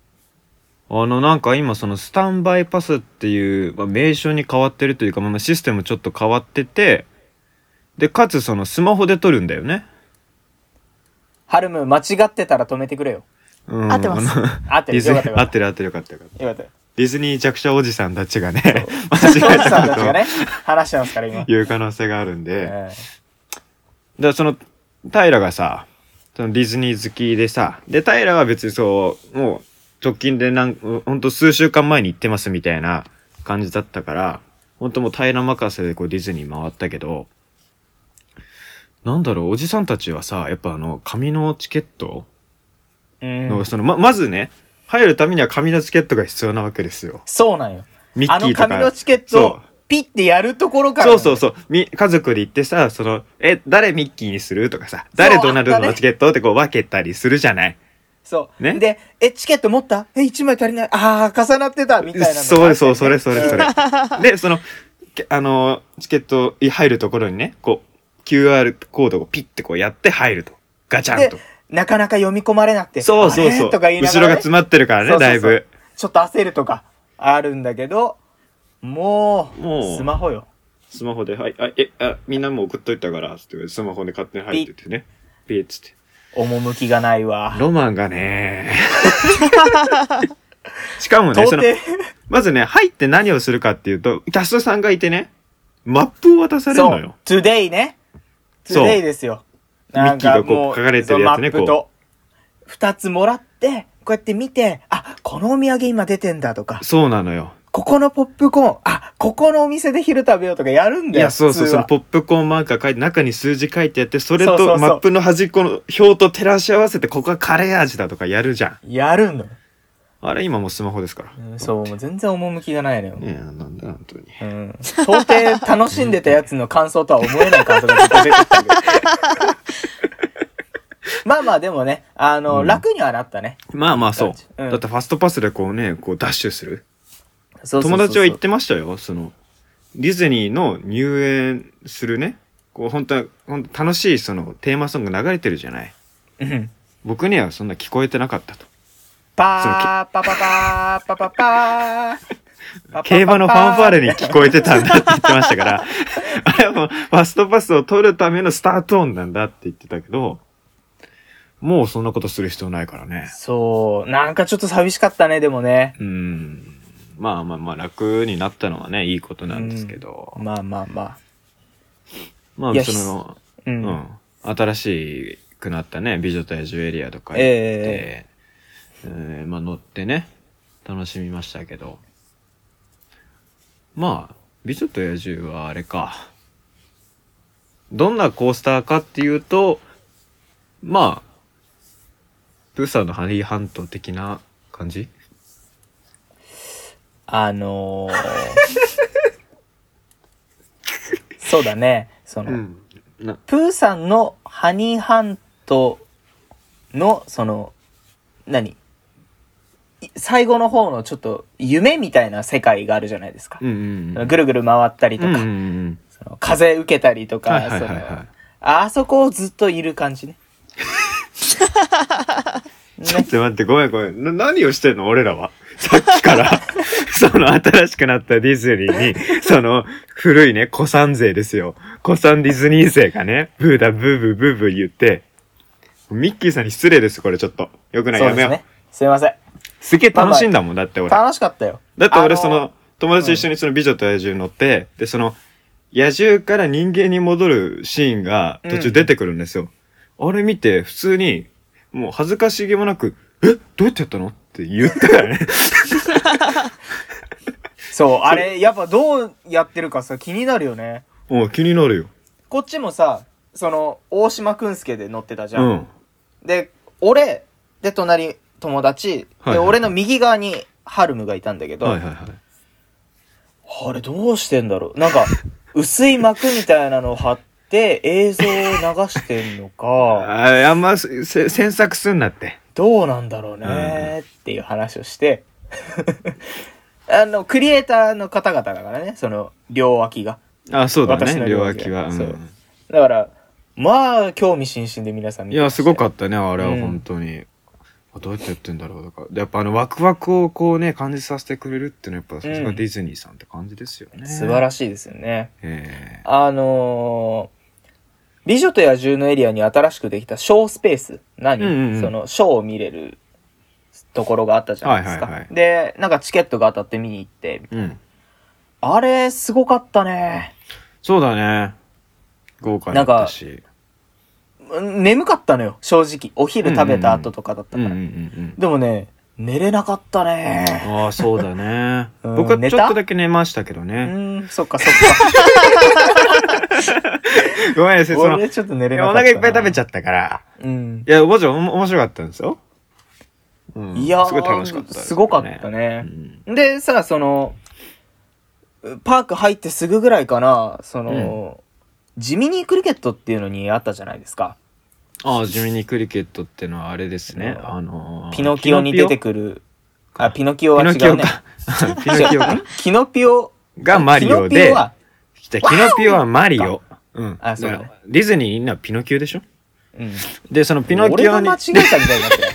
[SPEAKER 2] あのなんか今そのスタンバイパスっていう、まあ、名称に変わってるというか、まあまあ、システムちょっと変わっててでかつそのスマホで撮るんだよね、
[SPEAKER 1] ハルム、間違ってたら止めてくれよ。
[SPEAKER 2] うん、
[SPEAKER 3] 合ってます
[SPEAKER 2] あの
[SPEAKER 1] 合って
[SPEAKER 2] ディ
[SPEAKER 1] る。
[SPEAKER 2] ズ
[SPEAKER 1] よ
[SPEAKER 2] ニ
[SPEAKER 1] かった
[SPEAKER 2] ー
[SPEAKER 1] よ
[SPEAKER 2] 合
[SPEAKER 1] かっ
[SPEAKER 2] ってる合ってるよかったよかった
[SPEAKER 1] た。よかった。
[SPEAKER 2] ディズニー弱者おじさんたちがね
[SPEAKER 1] お じ
[SPEAKER 2] 間違え
[SPEAKER 1] さ
[SPEAKER 2] た
[SPEAKER 1] んたちが
[SPEAKER 2] と
[SPEAKER 1] ね、話してますから、今。
[SPEAKER 2] いう可能性があるんで、 だか
[SPEAKER 1] え
[SPEAKER 2] らその平がさそのディズニー好きでさで平は別にそうもう直近でなんほんと数週間前に行ってますみたいな感じだったからほんともう平任せでこうディズニー回ったけどなんだろうおじさんたちはさやっぱあの紙のチケット
[SPEAKER 1] えう
[SPEAKER 2] の
[SPEAKER 1] ん。
[SPEAKER 2] そのままずね入るためには紙のチケットが必要なわけですよ。
[SPEAKER 1] そうなんよ。
[SPEAKER 2] ミッ
[SPEAKER 1] あ
[SPEAKER 2] キー
[SPEAKER 1] の
[SPEAKER 2] とか
[SPEAKER 1] 紙のチケット
[SPEAKER 2] そう
[SPEAKER 1] をピッてやるところからな
[SPEAKER 2] そ
[SPEAKER 1] の
[SPEAKER 2] う
[SPEAKER 1] よ。
[SPEAKER 2] そうそう。み、家族で行ってさ、その、え、誰ミッキーにするとかさ、誰
[SPEAKER 1] そう
[SPEAKER 2] ドナルド
[SPEAKER 1] あったね
[SPEAKER 2] のチケットってこう分けたりするじゃない。
[SPEAKER 1] そう。
[SPEAKER 2] ね
[SPEAKER 1] で、え、チケット持ったえ、1枚足りない。ああ、重なってたみたいなのがあったよ
[SPEAKER 2] そう
[SPEAKER 1] ね。
[SPEAKER 2] そう、それそれそれ
[SPEAKER 1] うん。
[SPEAKER 2] で、その、けあの、チケット入るところにね、こう、QR コードをピッてこうやって入ると。ガチャンと
[SPEAKER 1] で。なかなか読み込まれなくて。
[SPEAKER 2] そうそう
[SPEAKER 1] あ
[SPEAKER 2] そ
[SPEAKER 1] れ
[SPEAKER 2] う。
[SPEAKER 1] とか言いな
[SPEAKER 2] 後
[SPEAKER 1] が
[SPEAKER 2] ろ
[SPEAKER 1] ら、
[SPEAKER 2] が
[SPEAKER 1] ね。
[SPEAKER 2] 詰まってるから
[SPEAKER 1] そ
[SPEAKER 2] ね、
[SPEAKER 1] うそう
[SPEAKER 2] だ
[SPEAKER 1] そ
[SPEAKER 2] いうぶ。
[SPEAKER 1] ちょっと焦るとかあるんだけど、もう、
[SPEAKER 2] もう
[SPEAKER 1] スマホよ。
[SPEAKER 2] スマホで、はい、あ、え、あ、みんなも送っといたから、つって、スマホで勝手に入って ってね。ピッつって。
[SPEAKER 1] 趣がないわ。
[SPEAKER 2] ロマンが ねしかもね、
[SPEAKER 1] 到
[SPEAKER 2] そ
[SPEAKER 1] 底
[SPEAKER 2] の、、まずね、入って何をするかっていうと、キャストさんがいてね、マップを渡される
[SPEAKER 1] そ
[SPEAKER 2] の
[SPEAKER 1] う
[SPEAKER 2] よ。、
[SPEAKER 1] today ね。
[SPEAKER 2] そう
[SPEAKER 1] today ですよ。
[SPEAKER 2] ミッキーがこう
[SPEAKER 1] も
[SPEAKER 2] 書かれてるやつね
[SPEAKER 1] そのマップと、二つもらって、こうやって見て、あ、このお土産今出てんだとか、
[SPEAKER 2] そうなのよ。
[SPEAKER 1] ここのポップコーン、あ、ここのお店で昼食べようとかやるん
[SPEAKER 2] い
[SPEAKER 1] だよ。
[SPEAKER 2] や、そうそう、
[SPEAKER 1] 普
[SPEAKER 2] そ
[SPEAKER 1] 通
[SPEAKER 2] の
[SPEAKER 1] は
[SPEAKER 2] ポップコーンマーカー書いて、中に数字書いてやって、それ
[SPEAKER 1] そうそうそ
[SPEAKER 2] と
[SPEAKER 1] う
[SPEAKER 2] マップの端っこの表と照らし合わせて、ここはカレー味だとかやるじゃん。
[SPEAKER 1] やるのよ。
[SPEAKER 2] あれ、今もうスマホですから。
[SPEAKER 1] うんそう、もう全然趣がないのよ。
[SPEAKER 2] ねえ、なんだ、本当に。
[SPEAKER 1] うん。到底楽しんでたやつの感想とは思えない感想がずっ と出てきたけど。まあまあでもね、あの、
[SPEAKER 2] うん
[SPEAKER 1] 楽にはなったね。
[SPEAKER 2] まあまあ、そう。
[SPEAKER 1] うん
[SPEAKER 2] だってファストパスでこうね、こうダッシュする。
[SPEAKER 1] そうそうそうそう
[SPEAKER 2] 友達は言ってましたよそのディズニーの入園するねこう本当は本当楽しいそのテーマソング流れてるじゃない
[SPEAKER 1] うん
[SPEAKER 2] 僕にはそんな聞こえてなかったと
[SPEAKER 1] パーパパパーパパパーパパパパ ー
[SPEAKER 2] 競馬のファンファーレに聞こえてたんだって言ってましたから あれはもうファストパスを取るためのスタート音なんだって言ってたけどもうそんなことする必要ないからね
[SPEAKER 1] そう、なんかちょっと寂しかったね、でもね。
[SPEAKER 2] うんまあまあまあ楽になったのはねいいことなんですけど、
[SPEAKER 1] まあまあまあ。
[SPEAKER 2] ま
[SPEAKER 1] い
[SPEAKER 2] あ
[SPEAKER 1] や
[SPEAKER 2] その
[SPEAKER 1] う。
[SPEAKER 2] うんん、新しくなったね美女と野獣エリアとか行って、
[SPEAKER 1] え
[SPEAKER 2] えーまあ、乗ってね楽しみましたけどまあ美女と野獣はあれかどんなコースターかっていうとまあプーさんのハリーハント的な感じ
[SPEAKER 1] あの ーそうだね、その、
[SPEAKER 2] んな
[SPEAKER 1] プーさんのハニーハントの、その、何い最後の方のちょっと夢みたいな世界があるじゃないですか
[SPEAKER 2] う。んうんうん
[SPEAKER 1] ぐるぐる回ったりと
[SPEAKER 2] うんう
[SPEAKER 1] か、
[SPEAKER 2] ん
[SPEAKER 1] その風受けたりと
[SPEAKER 2] うん
[SPEAKER 1] か、
[SPEAKER 2] はいはいはい
[SPEAKER 1] その
[SPEAKER 2] は
[SPEAKER 1] あそこをずっといる 感じね。
[SPEAKER 2] いちょっと待ってごめんごめんな何をしてんの俺らは さっきから、 その新しくなったディズニーに、その古いね、古参勢ですよ。古参ディズニー勢がね、ブーだ、ブーブー、ブーブー言って、ミッキーさんに失礼です、これちょっと。よくない、
[SPEAKER 1] そう
[SPEAKER 2] やめ
[SPEAKER 1] で
[SPEAKER 2] よう。
[SPEAKER 1] すね。すいません。
[SPEAKER 2] すげえ楽しいんだもん、だって俺。だ
[SPEAKER 1] 楽しかったよ。
[SPEAKER 2] って俺そ
[SPEAKER 1] あ
[SPEAKER 2] の、友達と一緒にその美女と野獣乗って、で、その、野獣から人間に戻るシーンが途中出てくるんですよ。あれ見て、普通に、もう恥ずかしげ もなく、えどうやってやったのって言ったからね。
[SPEAKER 1] そう、あれ、やっぱどうやってるかさ、気になるよね。
[SPEAKER 2] おう気になるよ。
[SPEAKER 1] こっちもさ、その、大島くんすけで乗ってたじゃ。
[SPEAKER 2] うんん。
[SPEAKER 1] で、俺、で、隣、友達、
[SPEAKER 2] はいはい
[SPEAKER 1] で、俺の右側に、ハルムがいたんだけど、
[SPEAKER 2] はいはいはい。
[SPEAKER 1] あれどうしてんだろ うなんか、薄い膜みたいなのを貼って、映像を流してんの か、
[SPEAKER 2] ああんませせ詮索すんなって。
[SPEAKER 1] どうなんだろうねっていう話をして、あの、クリエイターの方々だからね、その、両脇が。
[SPEAKER 2] あそうだ
[SPEAKER 1] 私
[SPEAKER 2] ね
[SPEAKER 1] の
[SPEAKER 2] 両
[SPEAKER 1] 両
[SPEAKER 2] 脇
[SPEAKER 1] 脇は
[SPEAKER 2] は。う
[SPEAKER 1] そうんだから、まあ、興味津々で皆さん見
[SPEAKER 2] い
[SPEAKER 1] て
[SPEAKER 2] や、すごか
[SPEAKER 1] っ
[SPEAKER 2] ったね、あれは
[SPEAKER 1] うん
[SPEAKER 2] 本当に。あどうやってやってんだろうとか。でやっぱあの、ワクワクをこうね、感じさせてくれるっていうのは、やっぱさすがディズニーさんって感じですよね。
[SPEAKER 1] 素晴ら
[SPEAKER 2] しい。
[SPEAKER 1] しいですよね。
[SPEAKER 2] え
[SPEAKER 1] あのー美女と野獣のエリアに新しくできたショースペース。何、
[SPEAKER 2] うんうんうん
[SPEAKER 1] その、ショーを見れるところがあったじゃないですか。
[SPEAKER 2] はいはいはい
[SPEAKER 1] で、なんかチケットが当たって見に行って、
[SPEAKER 2] えうん。
[SPEAKER 1] あれ、すごかったね。
[SPEAKER 2] そうだね。豪華だったし。
[SPEAKER 1] うん眠かったのよ、正直。お昼食べた後とかだったか
[SPEAKER 2] うん
[SPEAKER 1] ら。
[SPEAKER 2] うんうん
[SPEAKER 1] でもね、寝れなかったね。
[SPEAKER 2] うん。ああ、そうだね。
[SPEAKER 1] うん
[SPEAKER 2] 僕は
[SPEAKER 1] 寝
[SPEAKER 2] ち
[SPEAKER 1] た
[SPEAKER 2] ょっとだけ寝ましたけど
[SPEAKER 1] う
[SPEAKER 2] ね。
[SPEAKER 1] ーん、そっかそ っ
[SPEAKER 2] ごめんなさい、
[SPEAKER 1] か。
[SPEAKER 2] その、い
[SPEAKER 1] 俺ちょっと寝れな
[SPEAKER 2] や
[SPEAKER 1] か
[SPEAKER 2] お
[SPEAKER 1] ったな。
[SPEAKER 2] 腹いっぱい食べちゃったから。
[SPEAKER 1] うん
[SPEAKER 2] い。や、もちろんおも面白かったんですよ。うん
[SPEAKER 1] いやー
[SPEAKER 2] すごい楽しかったです
[SPEAKER 1] ごかったね
[SPEAKER 2] うん
[SPEAKER 1] で、さ、その、パーク入ってすぐぐらいかな、その、地味にクリケットっていうのにあったじゃないですか。
[SPEAKER 2] ああ、地味にクリケットってのはあれですね。あのー
[SPEAKER 1] ピノキオに出てくる。あ、ピノキオは違
[SPEAKER 2] ピノ
[SPEAKER 1] う
[SPEAKER 2] キ
[SPEAKER 1] ね
[SPEAKER 2] オ。か。 ピノキオか。
[SPEAKER 1] キノ ピオ。
[SPEAKER 2] がマリオ
[SPEAKER 1] キノピ
[SPEAKER 2] で、
[SPEAKER 1] オは、
[SPEAKER 2] じゃあキノピオはマリオ。うん。
[SPEAKER 1] あそうだね
[SPEAKER 2] だからディズニーにはピノキオでしょ
[SPEAKER 1] うん。
[SPEAKER 2] で、そのピノキオ
[SPEAKER 1] 俺
[SPEAKER 2] に
[SPEAKER 1] が間違、えたみたいになって る。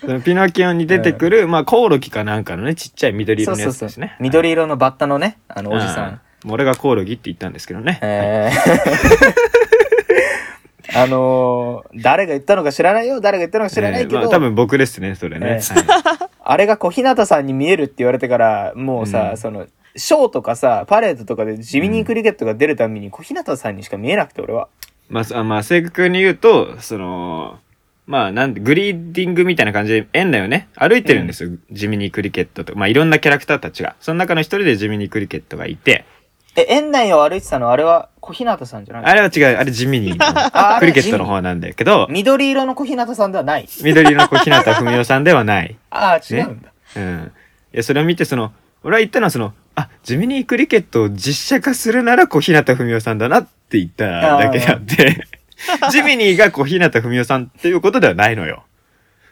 [SPEAKER 2] そのピノキオに出てくる、まあ、コオロギかなんかのね、ちっちゃい緑
[SPEAKER 1] そ
[SPEAKER 2] 色の
[SPEAKER 1] うそ
[SPEAKER 2] や
[SPEAKER 1] う
[SPEAKER 2] つ
[SPEAKER 1] そ
[SPEAKER 2] で
[SPEAKER 1] う
[SPEAKER 2] すね。。
[SPEAKER 1] 緑色のバッタのね、あの、おじさん。
[SPEAKER 2] うん。もう俺がコオロギって言ったんですけどね。
[SPEAKER 1] えー あのー誰が言ったのか知らないよ誰が言ったのか知らないけど、
[SPEAKER 2] えーまあ多分僕ですね、それね。
[SPEAKER 1] え
[SPEAKER 2] はい
[SPEAKER 1] あれが小日向さんに見えるって言われてからもうさ、
[SPEAKER 2] うん
[SPEAKER 1] そのショーとかさパレードとかで地味にクリケットが出るたびに小日向さんにしか見えなくて俺は
[SPEAKER 2] まあそ、あまあ、正確に言うと、その、まあ、なんてグリーディングみたいな感じで、園内をね、歩いてるんですよ。地味にクリケットと。まあ、いろんなキャラクターたちが。その中の一人で地味にクリケットがいて、
[SPEAKER 1] え園内を歩いてたのあれは小日向さんじゃない
[SPEAKER 2] あれは違う、あれ地味に、
[SPEAKER 1] あ
[SPEAKER 2] クリケットの方なんだけど、
[SPEAKER 1] 緑色の小日向さんではない
[SPEAKER 2] 緑の子日向文世さんではない。
[SPEAKER 1] ああ違うんだ、
[SPEAKER 2] うん。いや、それを見て、その、俺は言ったのは、その、あ、地味にクリケットを実写化するなら小日向文世さんだなって言っただけであって、ジミニーが小日向文世さんっていうことではないのよ。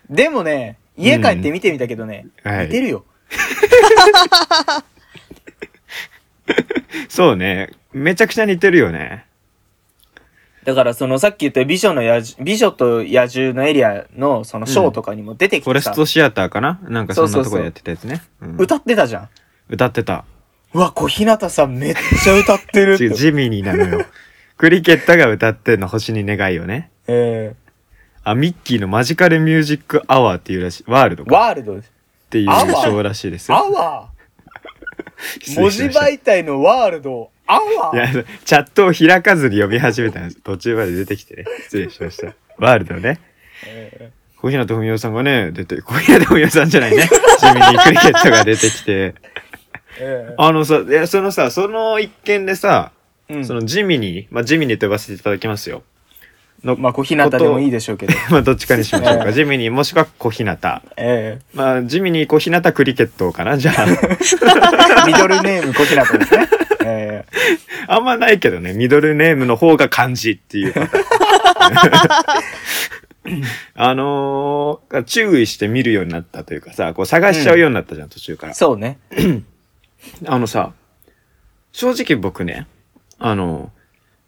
[SPEAKER 1] でもね家帰って見てみたけどね、
[SPEAKER 2] はい
[SPEAKER 1] 似てるよ
[SPEAKER 2] そうね。めちゃくちゃ似てるよね。
[SPEAKER 1] だからそのさっき言った美女の野獣美女と野獣のエリアのそのショーとかにも出てき
[SPEAKER 2] フォ
[SPEAKER 1] て
[SPEAKER 2] レス
[SPEAKER 1] さ、
[SPEAKER 2] トシアターかななんかそんなとこでやってたやつね。うん
[SPEAKER 1] 歌ってたじゃん
[SPEAKER 2] 歌ってた。
[SPEAKER 1] うわ小日向さんめっちゃ歌ってるっ
[SPEAKER 2] 違う
[SPEAKER 1] て、
[SPEAKER 2] ジミニーなのよ。クリケットが歌ってんの星に願いをね。
[SPEAKER 1] え
[SPEAKER 2] あ、ミッキーのマジカルミュージックアワーっていうらしい、ワールド
[SPEAKER 1] ー、
[SPEAKER 2] か
[SPEAKER 1] ワールドです
[SPEAKER 2] っていう
[SPEAKER 1] アワー
[SPEAKER 2] 賞らしいです
[SPEAKER 1] ア
[SPEAKER 2] よ。
[SPEAKER 1] ワー
[SPEAKER 2] 失
[SPEAKER 1] 文
[SPEAKER 2] 礼し
[SPEAKER 1] 字
[SPEAKER 2] ました
[SPEAKER 1] 媒体のワールドアワ
[SPEAKER 2] い
[SPEAKER 1] ー
[SPEAKER 2] や、チャットを開かずに読み始めたんです。途中まで出てきてね。失礼しました。ワールドね。
[SPEAKER 1] え
[SPEAKER 2] 小日向文世さんがね、出て、小日向文世さんじゃないね。ジミニークリケットが出てきて。
[SPEAKER 1] ーえ
[SPEAKER 2] あのさ、いや、そのさ、その一件でさ、
[SPEAKER 1] ーうん
[SPEAKER 2] そのジミニー、まあ、ジミニーと呼ばせていただきますよ。の、
[SPEAKER 1] まあ小日向でもいいでしょうけど
[SPEAKER 2] まあ、どっちかにしましょう
[SPEAKER 1] え
[SPEAKER 2] か。
[SPEAKER 1] え
[SPEAKER 2] ジミニーもしくは小日向。
[SPEAKER 1] え
[SPEAKER 2] まあ、ジミニー、小日向クリケットかなじゃあ、
[SPEAKER 1] ー、ミドルネーム小日向ですねえ
[SPEAKER 2] あんまないけどね、ミドルネームの方が漢字っていうパターン。 あのー注意して見るようになったというかさ、こう探しちゃうようになったじゃん、途中か
[SPEAKER 1] ー
[SPEAKER 2] ら。
[SPEAKER 1] そうね
[SPEAKER 2] あのさ、正直僕ね、あの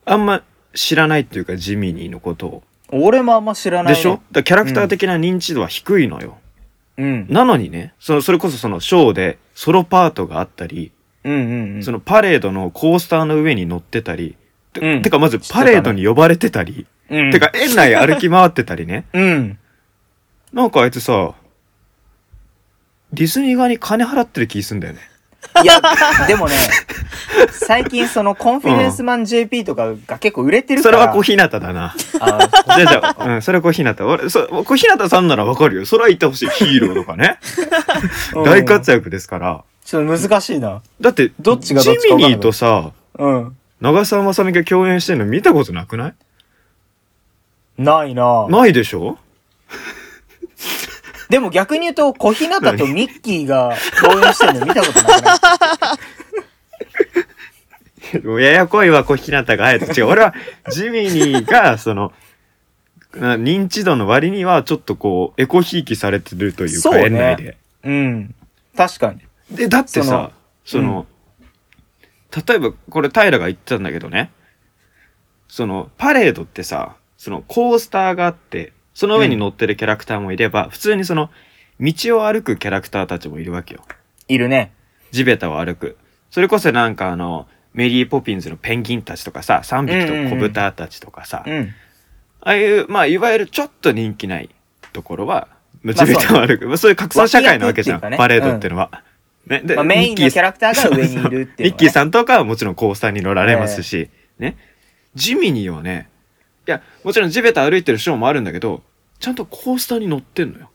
[SPEAKER 2] あんま知らないというか、ジミニーのことを。
[SPEAKER 1] 俺もあんま知らない
[SPEAKER 2] で
[SPEAKER 1] ね
[SPEAKER 2] しょだからキャラクター的な認知度は低いのよ。
[SPEAKER 1] うん
[SPEAKER 2] なのにね、そのそれこそそのショーでソロパートがあったり、
[SPEAKER 1] うんうんうん
[SPEAKER 2] そのパレードのコースターの上に乗ってたり、て
[SPEAKER 1] うん
[SPEAKER 2] てかまずパレードに呼ばれてたり、
[SPEAKER 1] うん
[SPEAKER 2] てか園内歩き回ってたりね。
[SPEAKER 1] うん
[SPEAKER 2] なんかあいつさ、ディズニー側に金払ってる気すんだよね。
[SPEAKER 1] いや、でもね、最近そのコンフィデンスマン JP とかが結構売れてる
[SPEAKER 2] そ
[SPEAKER 1] か
[SPEAKER 2] れ
[SPEAKER 1] ら。
[SPEAKER 2] は小日向だ な。
[SPEAKER 1] あ
[SPEAKER 2] じゃあじゃあ、うん、それは小日向。俺、そ小日向さんならわかるよ。それは言ってほしい。ヒーローとかね。
[SPEAKER 1] うん
[SPEAKER 2] 大活躍ですから。
[SPEAKER 1] ちょっと難しいな。
[SPEAKER 2] だって、
[SPEAKER 1] どっちがどっち
[SPEAKER 2] ジ
[SPEAKER 1] か
[SPEAKER 2] ミ
[SPEAKER 1] わかんない
[SPEAKER 2] ニーとさ、
[SPEAKER 1] うん。
[SPEAKER 2] 長澤まさみが共演してるの見たことなくない
[SPEAKER 1] ないな
[SPEAKER 2] ないでしょ
[SPEAKER 1] でも逆に言うと、小日向とミッキーが共演してるの見たことな くない
[SPEAKER 2] ややこいわ、小日向があえて。違う、俺は、ジミニーが、その、な認知度の割には、ちょっとこう、エコひいきされてるという
[SPEAKER 1] そう
[SPEAKER 2] か、
[SPEAKER 1] ね
[SPEAKER 2] 園内で。
[SPEAKER 1] うん。確かに。
[SPEAKER 2] で、だってさ、そ
[SPEAKER 1] の
[SPEAKER 2] の、例えば、これ、平が言ってたんだけどね、その、パレードってさ、その、コースターがあって、その上に乗ってるキャラクターもいれば、普通にその、道を歩くキャラクターたちもいるわけよ。
[SPEAKER 1] いるね。
[SPEAKER 2] 地べたを歩く。それこそなんかあの、メリーポピンズのペンギンたちとかさ、3匹と小豚たちとかさ、
[SPEAKER 1] うん。
[SPEAKER 2] ああいう、まあ、いわゆるちょっと人気ないところは、まあ
[SPEAKER 1] ま
[SPEAKER 2] 地
[SPEAKER 1] あ
[SPEAKER 2] べたを歩く。まあ、そういう格差社会なわけじゃん。
[SPEAKER 1] 脇役っていうかね
[SPEAKER 2] パレードっていうのは。ね、で
[SPEAKER 1] まあ、メインのキャラクターが上にいるっていう、ね。
[SPEAKER 2] ミッキーさんとかはもちろんコースターに乗られますし、ね。ジミニーはね、いや、もちろん地べた歩いてるショーもあるんだけど、ちゃんとコースターに乗ってんのよ。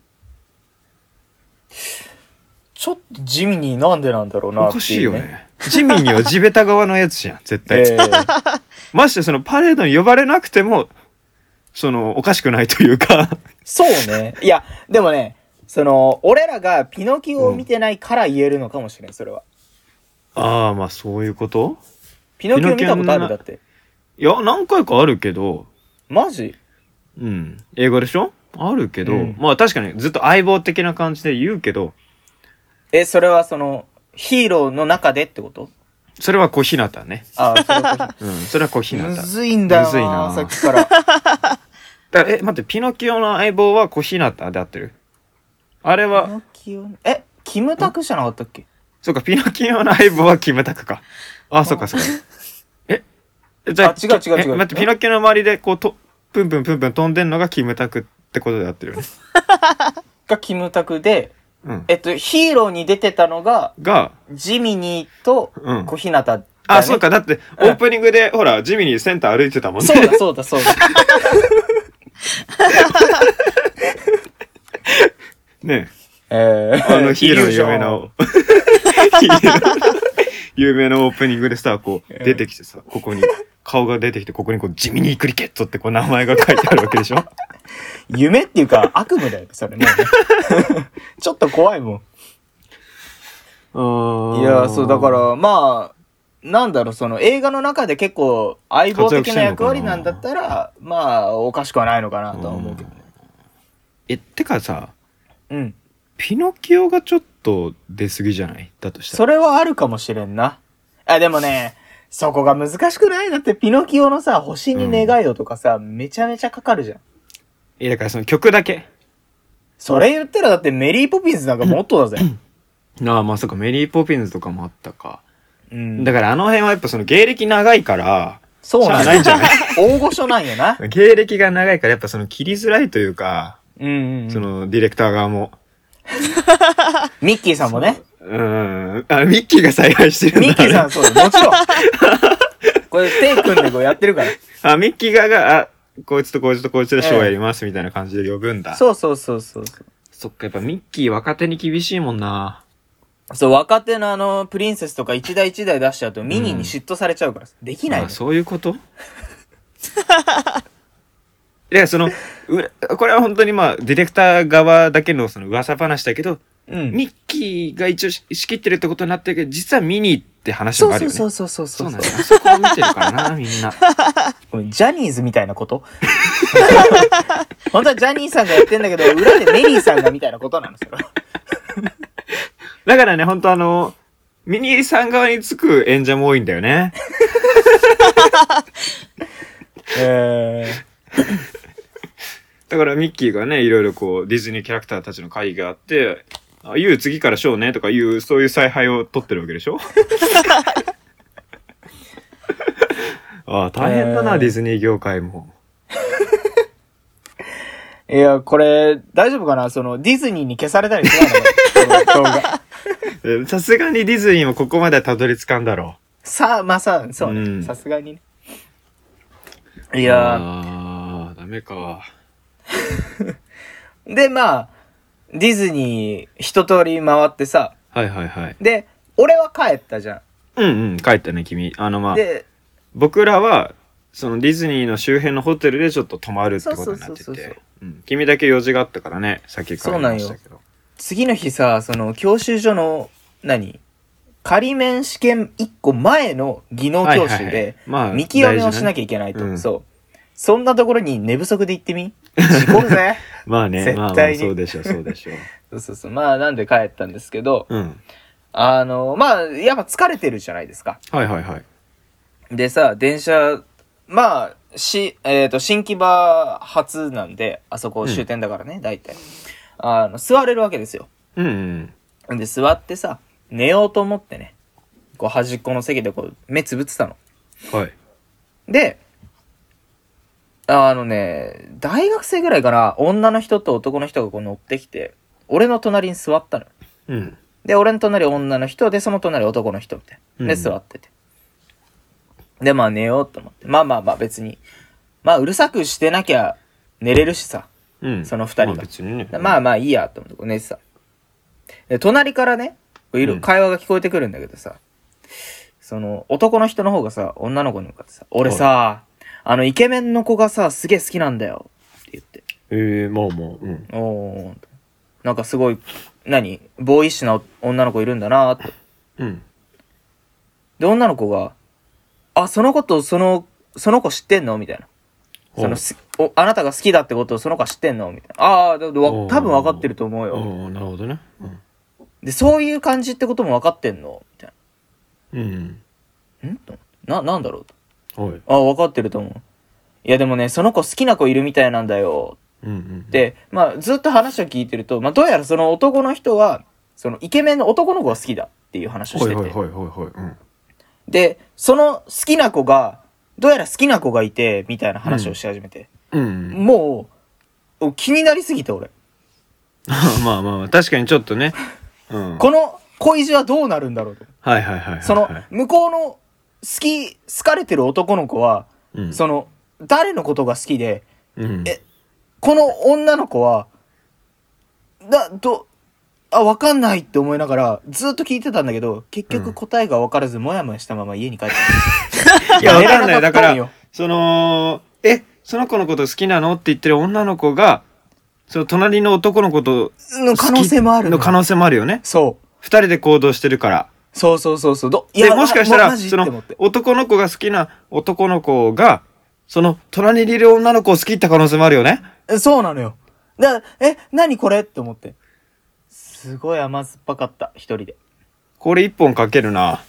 [SPEAKER 1] ちょっと地味になんでなんだろうな
[SPEAKER 2] お
[SPEAKER 1] って
[SPEAKER 2] か
[SPEAKER 1] う
[SPEAKER 2] しいよ。ね。ジミニーは地べた側のやつじゃん、絶対。
[SPEAKER 1] えー
[SPEAKER 2] ましてそのパレードに呼ばれなくても、その、おかしくないというか、
[SPEAKER 1] そうね。いや、でもね、その、俺らがピノキオを見てないから言えるのかもしれん、それは。
[SPEAKER 2] ああ、まあそういうこと
[SPEAKER 1] ピノキオ見たことあ
[SPEAKER 2] ピノキオな
[SPEAKER 1] るだって。
[SPEAKER 2] いや、何回かあるけど、
[SPEAKER 1] マジ
[SPEAKER 2] うん。英語でしょあるけど、
[SPEAKER 1] うん
[SPEAKER 2] まあ確かにずっと相棒的な感じで言うけど、
[SPEAKER 1] え、それはその、ヒーローの中でってこと
[SPEAKER 2] それは小日向ね。
[SPEAKER 1] ああ、それはこ
[SPEAKER 2] うん。それは小日
[SPEAKER 1] れ
[SPEAKER 2] 向。
[SPEAKER 1] むずいんだよな。
[SPEAKER 2] むずいな
[SPEAKER 1] さっきから。
[SPEAKER 2] だからえ、待って、ピノキオの相棒は小日向で合ってるあれ
[SPEAKER 1] ピ
[SPEAKER 2] は、
[SPEAKER 1] ノキオえ、キムタクじゃなかったっけ
[SPEAKER 2] そうか、ピノキオの相棒はキムタクか。あ、そうか、そうか。えじ
[SPEAKER 1] あ違う違う違う
[SPEAKER 2] え待って、ピノキオの周りでこう、と、プンプンプンプン飛んでんのがキムタクってことで合ってるよね。
[SPEAKER 1] がキムタクで、
[SPEAKER 2] うん。
[SPEAKER 1] えっと、ヒーローに出てたのが、
[SPEAKER 2] が、
[SPEAKER 1] ジミニーと
[SPEAKER 2] うん
[SPEAKER 1] 小日向だよね、
[SPEAKER 2] あ、そうか、だって、オ
[SPEAKER 1] うん
[SPEAKER 2] ープニングで、ほら、ジミニーセンター歩いてたもんね。
[SPEAKER 1] そうだそう だそうだ。
[SPEAKER 2] ね。
[SPEAKER 1] えー
[SPEAKER 2] あの、ヒーローの有名。なヒー
[SPEAKER 1] イリュージョン、
[SPEAKER 2] ローの 有名なオープニングでさ、こう、
[SPEAKER 1] うん
[SPEAKER 2] 出てきてさ、ここに、顔が出てきて、ここにこう、ジミニークリケットってこう、名前が書いてあるわけでしょ
[SPEAKER 1] 夢っていうか悪夢だよね、それね。 ちょっと怖いも ん。いやー、そう、だか、ら、まあ、なんだろう、その映画の中で結構相棒的な役割なんだったら、まあ、おかしくはないのかなとは思うけどね。
[SPEAKER 2] え、てかさ、
[SPEAKER 1] うん。
[SPEAKER 2] ピノキオがちょっと出過ぎじゃないだとした
[SPEAKER 1] そ
[SPEAKER 2] ら。
[SPEAKER 1] れはあるかもしれんな。あ、でもね、そこが難しくないだって、ピノキオのさ、星に願いをとかさ、めちゃめちゃかかるじゃん。
[SPEAKER 2] え、だからその曲だけ。
[SPEAKER 1] それ言ったらだってメリーポピンズなんかもっとだぜ。
[SPEAKER 2] ああ、まあそっか、メリーポピンズとかもあったか。
[SPEAKER 1] うん。
[SPEAKER 2] だからあの辺はやっぱその芸歴長いから、
[SPEAKER 1] そうなん
[SPEAKER 2] しゃあないんじゃない
[SPEAKER 1] 大御所なんやな。
[SPEAKER 2] 芸歴が長いからやっぱその切りづらいというか、
[SPEAKER 1] うんうんうん。
[SPEAKER 2] そのディレクター側も。
[SPEAKER 1] ミッキーさんもね。
[SPEAKER 2] うーん。あ、ミッキーが采配してるんだ。
[SPEAKER 1] ミッキーさ
[SPEAKER 2] あ
[SPEAKER 1] んそうだ、も ちろん。これ手組んでこうやってるから。
[SPEAKER 2] れあ、ミッキー側が、あ、こいつとこいつとこいつでショーやりますみたいな感じで呼ぶんだ。
[SPEAKER 1] そうそうそうそう。
[SPEAKER 2] そっか、やっぱミッキー若手に厳しいもんな。
[SPEAKER 1] そう、若手のあの、プリンセスとか一台一台出しちゃうとミニに嫉妬されちゃうからさできない
[SPEAKER 2] あ
[SPEAKER 1] の。
[SPEAKER 2] そういうこと いやそのうらこれは本当にまあディレクター側だけのその噂話だけど、
[SPEAKER 1] うん。
[SPEAKER 2] ミッキーが一応し仕切ってるってことになってるけど実はミニーって話
[SPEAKER 1] そ
[SPEAKER 2] もあ
[SPEAKER 1] う
[SPEAKER 2] る
[SPEAKER 1] そ
[SPEAKER 2] よ
[SPEAKER 1] う
[SPEAKER 2] ね
[SPEAKER 1] そうそうそうそう
[SPEAKER 2] そうなんだよあそこを見てるからなみんな
[SPEAKER 1] ごめんジャニーズみたいなこと 本当はジャニーさんがやってんだけど、裏でメリーさんがみたいなことなの、それは。
[SPEAKER 2] だからね本当あのミニーさん側につく演者も多いんだよね
[SPEAKER 1] え
[SPEAKER 2] だからミッキーがねいろいろこうディズニーキャラクターたちの会議があって「あゆう次からショーね」とかいうそういう采配を取ってるわけで しょああ大変だな、
[SPEAKER 1] えー
[SPEAKER 2] ディズニー業界も
[SPEAKER 1] ー、いや、これ、大丈夫かなその、ディズニーに消されたりしないのかなこの動画
[SPEAKER 2] えさすがにディズニーもここまではたどり着かんだろ
[SPEAKER 1] さあ、まあさあ、そ
[SPEAKER 2] う
[SPEAKER 1] うね。
[SPEAKER 2] ん
[SPEAKER 1] さすがにね。いや
[SPEAKER 2] あーダメか
[SPEAKER 1] ーで、まあ、ディズニー一通り回ってさ、
[SPEAKER 2] はいはいはい
[SPEAKER 1] で、俺は帰ったじゃ
[SPEAKER 2] うんうん帰ったね君あのま
[SPEAKER 1] ん。
[SPEAKER 2] あ
[SPEAKER 1] で、
[SPEAKER 2] 僕らはそのディズニーの周辺のホテルでちょっと泊まるってことになって
[SPEAKER 1] そうそうそうそう
[SPEAKER 2] てうん君だけ用事があったからね先帰りましたけど
[SPEAKER 1] 次の日さ、その、教習所の、何仮免試験1個前の技能教習
[SPEAKER 2] はいはいはい
[SPEAKER 1] で、
[SPEAKER 2] まあ
[SPEAKER 1] 見極めをしな
[SPEAKER 2] きゃ
[SPEAKER 1] きゃいけないと。
[SPEAKER 2] うん
[SPEAKER 1] そう。そんなところに寝不足で行ってみ事故 るぜ
[SPEAKER 2] まあね
[SPEAKER 1] 絶対に
[SPEAKER 2] まあまあそうでしょうそうでしょう
[SPEAKER 1] そうそうそう。まあ、なんで帰ったんですけど、
[SPEAKER 2] うん
[SPEAKER 1] あの、まあ、やっぱ疲れてるじゃないですか。
[SPEAKER 2] はいはいはい
[SPEAKER 1] でさ、電車、まあ、し、えっ、と、新木場初なんで、あそこ終点だからね、大体。あの、座れるわけですよ。
[SPEAKER 2] うんうん
[SPEAKER 1] で、座ってさ、寝ようと思ってね、こう端っこの席でこう、目つぶってたの。
[SPEAKER 2] はい
[SPEAKER 1] で、あのね、大学生ぐらいから女の人と男の人がこう乗ってきて、俺の隣に座ったの。
[SPEAKER 2] うん
[SPEAKER 1] で、俺の隣女の人で、その隣男の人みたいな。で、
[SPEAKER 2] うん
[SPEAKER 1] 座ってて。で、まあ寝ようと思って。まあまあまあ別に。まあうるさくしてなきゃ寝れるしさ。
[SPEAKER 2] うん
[SPEAKER 1] その二人が
[SPEAKER 2] まあ別にね
[SPEAKER 1] まあまあいいやと思ってこう寝てた。で、隣からね、こういろ
[SPEAKER 2] うん
[SPEAKER 1] 会話が聞こえてくるんだけどさ、その男の人の方がさ、女の子に向かってさ、俺さ、あのイケメンの子がさ、すげえ好きなんだよって言って。
[SPEAKER 2] ええまあまあうん
[SPEAKER 1] おーんとなんかすごい、何ボーイッシュな女の子いるんだなーって。
[SPEAKER 2] うん
[SPEAKER 1] で、女の子が、あ、そのこと、その、その子知ってんのみたいな。そのすお、あなたが好きだってことをその子は知ってんのみたいな。ああ、だだわ
[SPEAKER 2] おう
[SPEAKER 1] 多分分かってると思うよ。
[SPEAKER 2] ああなるほどねうん
[SPEAKER 1] で、そういう感じってことも分かってんのみたい
[SPEAKER 2] うん
[SPEAKER 1] な。んと思ってな、なんだろうと。
[SPEAKER 2] うんはい
[SPEAKER 1] ああ、分かってると思う。いや、でもね、その子好きな子いるみたいなんだよ。
[SPEAKER 2] うんうん
[SPEAKER 1] で、まあ、ずっと話を聞いてると、まあ、どうやらその男の人は、そのイケメンの男の子が好きだっていう話をし
[SPEAKER 2] は
[SPEAKER 1] て
[SPEAKER 2] い
[SPEAKER 1] て。
[SPEAKER 2] はいはいはいはいうん
[SPEAKER 1] で、その好きな子が、どうやら好きな子がいて、みたいな話をし始めて。
[SPEAKER 2] うん
[SPEAKER 1] もう、気になりすぎて俺。
[SPEAKER 2] まあまあまあ確かにちょっとね。うん。
[SPEAKER 1] この恋路はどうなるんだろうと。
[SPEAKER 2] はいはいはいはい。
[SPEAKER 1] その
[SPEAKER 2] はい、
[SPEAKER 1] 向こうの好き、好かれてる男の子は、
[SPEAKER 2] うん、
[SPEAKER 1] その、誰のことが好きで、
[SPEAKER 2] うん、
[SPEAKER 1] えこの女の子は、だ、ど、あ、わかんないって思いながら、ずっと聞いてたんだけど、結
[SPEAKER 2] う
[SPEAKER 1] 局
[SPEAKER 2] ん
[SPEAKER 1] 答えがわからず、もやもやしたまま家に帰って
[SPEAKER 2] いや、わ
[SPEAKER 1] 寝れ
[SPEAKER 2] かな
[SPEAKER 1] なんかっ
[SPEAKER 2] い。だか
[SPEAKER 1] たん
[SPEAKER 2] ら
[SPEAKER 1] よ、
[SPEAKER 2] その、え、その子のこと好きなのって言ってる女の子が、その隣の男の子と
[SPEAKER 1] た。の可能性もある
[SPEAKER 2] の可能性もあるよね。
[SPEAKER 1] そう。
[SPEAKER 2] 二人で行動してるから。
[SPEAKER 1] そうそうそうそう。どい
[SPEAKER 2] で、もしかした
[SPEAKER 1] マ
[SPEAKER 2] ら、
[SPEAKER 1] ジ
[SPEAKER 2] そ
[SPEAKER 1] って思
[SPEAKER 2] の
[SPEAKER 1] って、
[SPEAKER 2] 男の子が好きな男の子が、その隣にいる女の子を好きって可能性もあるよね。
[SPEAKER 1] そうなのよ。だから、え、何これって思って。すごい甘酸っぱかった、一人で。
[SPEAKER 2] これ一本かけるな。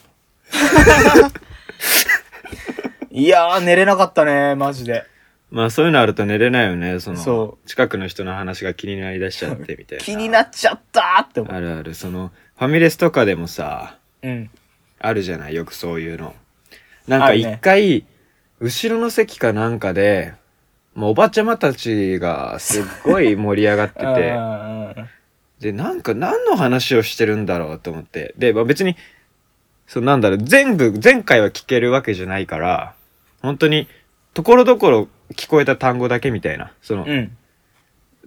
[SPEAKER 1] いやー、寝れなかったね、マジで。
[SPEAKER 2] まあそういうのあると寝れないよね。その、
[SPEAKER 1] そ
[SPEAKER 2] 近くの人の話が気になりだしちゃってみたいな。
[SPEAKER 1] 気になっちゃったーって思う。
[SPEAKER 2] あるある。その、ファミレスとかでもさ、
[SPEAKER 1] うん。
[SPEAKER 2] あるじゃないよくそういうの。なん
[SPEAKER 1] あ
[SPEAKER 2] か
[SPEAKER 1] るね
[SPEAKER 2] 一回、後ろの席かなんかで、もうおばちゃまたちがすっご い盛り上がってて、
[SPEAKER 1] て。
[SPEAKER 2] で、なんか何の話をしてるんだろうと思って。で、まあ、別に、そうなんだろう、全部、前回は聞けるわけじゃないから、本当に、ところどころ聞こえた単語だけみたいな、その、
[SPEAKER 1] うん。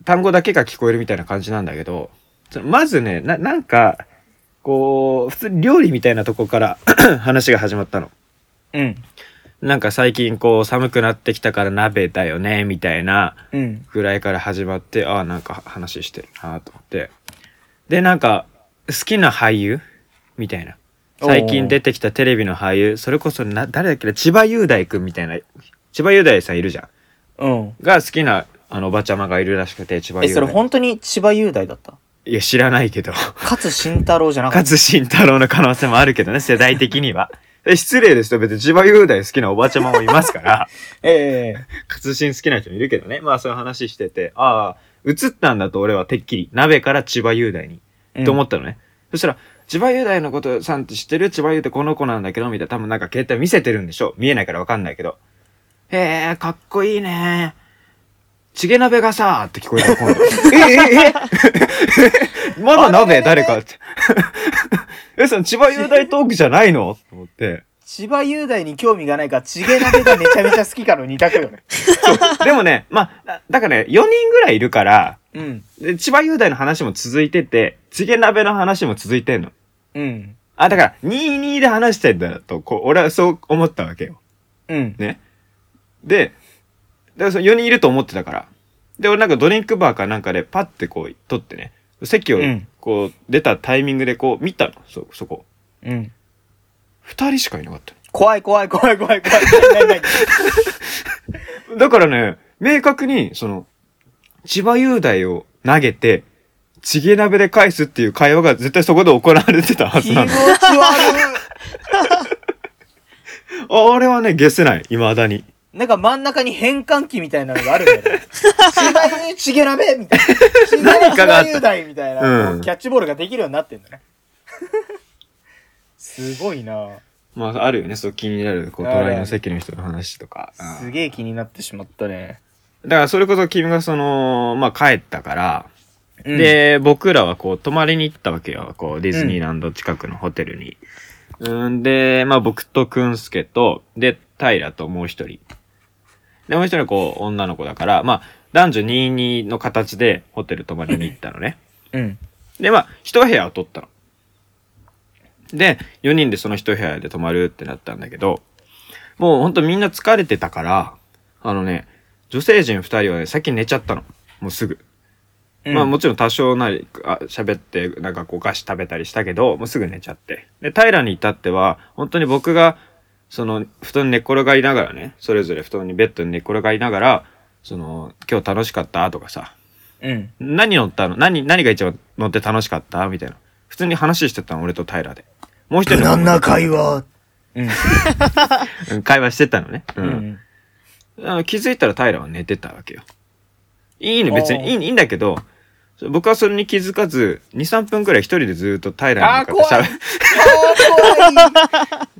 [SPEAKER 2] 単語だけが聞こえるみたいな感じなんだけど、そのまずね、な、なんか、こう、普通に料理みたいなとこから 話が始まったの。
[SPEAKER 1] うん。
[SPEAKER 2] なんか最近こう寒くなってきたから鍋だよね、みたいな
[SPEAKER 1] うん。
[SPEAKER 2] ぐらいから始まって、ああ、なんか話してるなと思って。で、なんか、好きな俳優みたいな。最近出てきたテレビの俳優、それこそな、誰だっけな、千葉雄大くんみたいな、千葉雄大さんいるじゃん。
[SPEAKER 1] うん。
[SPEAKER 2] が好きな、あの、おばちゃまがいるらしくて、千葉
[SPEAKER 1] え、
[SPEAKER 2] 雄
[SPEAKER 1] それ
[SPEAKER 2] 大。
[SPEAKER 1] 本当に千葉雄大だった
[SPEAKER 2] いや、知らないけど。
[SPEAKER 1] 勝慎太郎じゃなかった。
[SPEAKER 2] 勝慎太郎の可能性もあるけどね、世代的に は。え失礼ですと、別に千葉雄大好きなおばあちゃまもいますから、
[SPEAKER 1] ええ
[SPEAKER 2] 勝慎好きな人もいるけどね。まあそういう話してて、ああ、映ったんだと俺はてっきり、鍋から千葉雄大に、
[SPEAKER 1] うん
[SPEAKER 2] と思ったのね。そしたら、千葉雄大のことさんって知ってる千葉雄大この子なんだけど、みたいな。多分なんか携帯見せてるんでしょ見えないからわかんないけど。へえ、かっこいいね。ちげ鍋がさーって聞 こえた、今度。ええええ まだ鍋誰かって。え、その千葉雄大トークじゃないのと思って。
[SPEAKER 1] 千葉雄大に興味がないか、ちげなべがめちゃめちゃ好きかの二択 よね。
[SPEAKER 2] そうでもね、まあ、だだからね、4人ぐらいいるから、
[SPEAKER 1] うん。
[SPEAKER 2] で千葉雄大の話も続いてて、チゲ鍋の話も続いてんの。
[SPEAKER 1] うん。
[SPEAKER 2] あ、だから、22で話してんだと、こう、俺はそう思ったわけよ。
[SPEAKER 1] うん。
[SPEAKER 2] ね。で、だからその4人いると思ってたから。で、俺なんかドリンクバーかなんかでパッてこう取ってね、席を
[SPEAKER 1] うん
[SPEAKER 2] こう出たタイミングでこう見たの、そ、そこ。
[SPEAKER 1] うん。
[SPEAKER 2] 二人しかいなかった
[SPEAKER 1] 怖い怖い怖い怖い怖い。ないない
[SPEAKER 2] の。だからね、明確に、その、千葉雄大を投げて、チゲ鍋で返すっていう会話が絶対そこで行われて たはず
[SPEAKER 1] 気持
[SPEAKER 2] な
[SPEAKER 1] ち
[SPEAKER 2] の。
[SPEAKER 1] 悪
[SPEAKER 2] ああれはね、ゲせない。未だに。
[SPEAKER 1] い。なんか真ん中に変換器みたいなのがあるんだよね。千葉雄ちげなべみたいな。千
[SPEAKER 2] 何かがあ
[SPEAKER 1] 葉
[SPEAKER 2] った
[SPEAKER 1] 雄大みたいな、
[SPEAKER 2] うん
[SPEAKER 1] こうキャッチボールができるようになってん だね。すごいな
[SPEAKER 2] まあ、あるよね。そう気になる、こう、
[SPEAKER 1] あるある
[SPEAKER 2] 隣の席の人の話とか。
[SPEAKER 1] すげえ気になってしまったね。
[SPEAKER 2] だから、それこそ君がその、まあ、帰ったから、
[SPEAKER 1] うん、
[SPEAKER 2] で、僕らはこう、泊まりに行ったわけよ。こう、ディズニーランド近くのホテルに。うん、で、まあ僕とくんすけと、で、平ともう一人。で、もう一人はこう、女の子だから、まあ、男女22の形でホテル泊まりに行ったのね。
[SPEAKER 1] うん。
[SPEAKER 2] で、まあ、一部屋を取ったの。で、4人でその一部屋で泊まるってなったんだけど、もうほんとみんな疲れてたから、あのね、女性陣2人はね、先に寝ちゃったの。もうすぐ。まあもちろん多少なり、あ喋って、なんかこうお菓子食べたりしたけど、もうすぐ寝ちゃって。で、平に至っては、本当に僕が、その、布団に寝っ転がりながらね、それぞれ布団にベッドに寝っ転がりながら、その、今日楽しかったとかさ、
[SPEAKER 1] うん。
[SPEAKER 2] 何乗ったの何、何が一番乗って楽しかったみたいな。普通に話してたの、俺と平で。もう一人の
[SPEAKER 1] 会話。うん。
[SPEAKER 2] うん会話してたのね。う。
[SPEAKER 1] うんん。
[SPEAKER 2] あの気づいたら平は寝てたわけよ。いいの、別
[SPEAKER 1] お
[SPEAKER 2] に
[SPEAKER 1] う
[SPEAKER 2] いいいいんだけど、僕はそれに気づかず、2、3分くらい一人でずーっと平に向かっ
[SPEAKER 1] あー
[SPEAKER 2] て
[SPEAKER 1] 怖
[SPEAKER 2] 喋
[SPEAKER 1] い
[SPEAKER 2] る。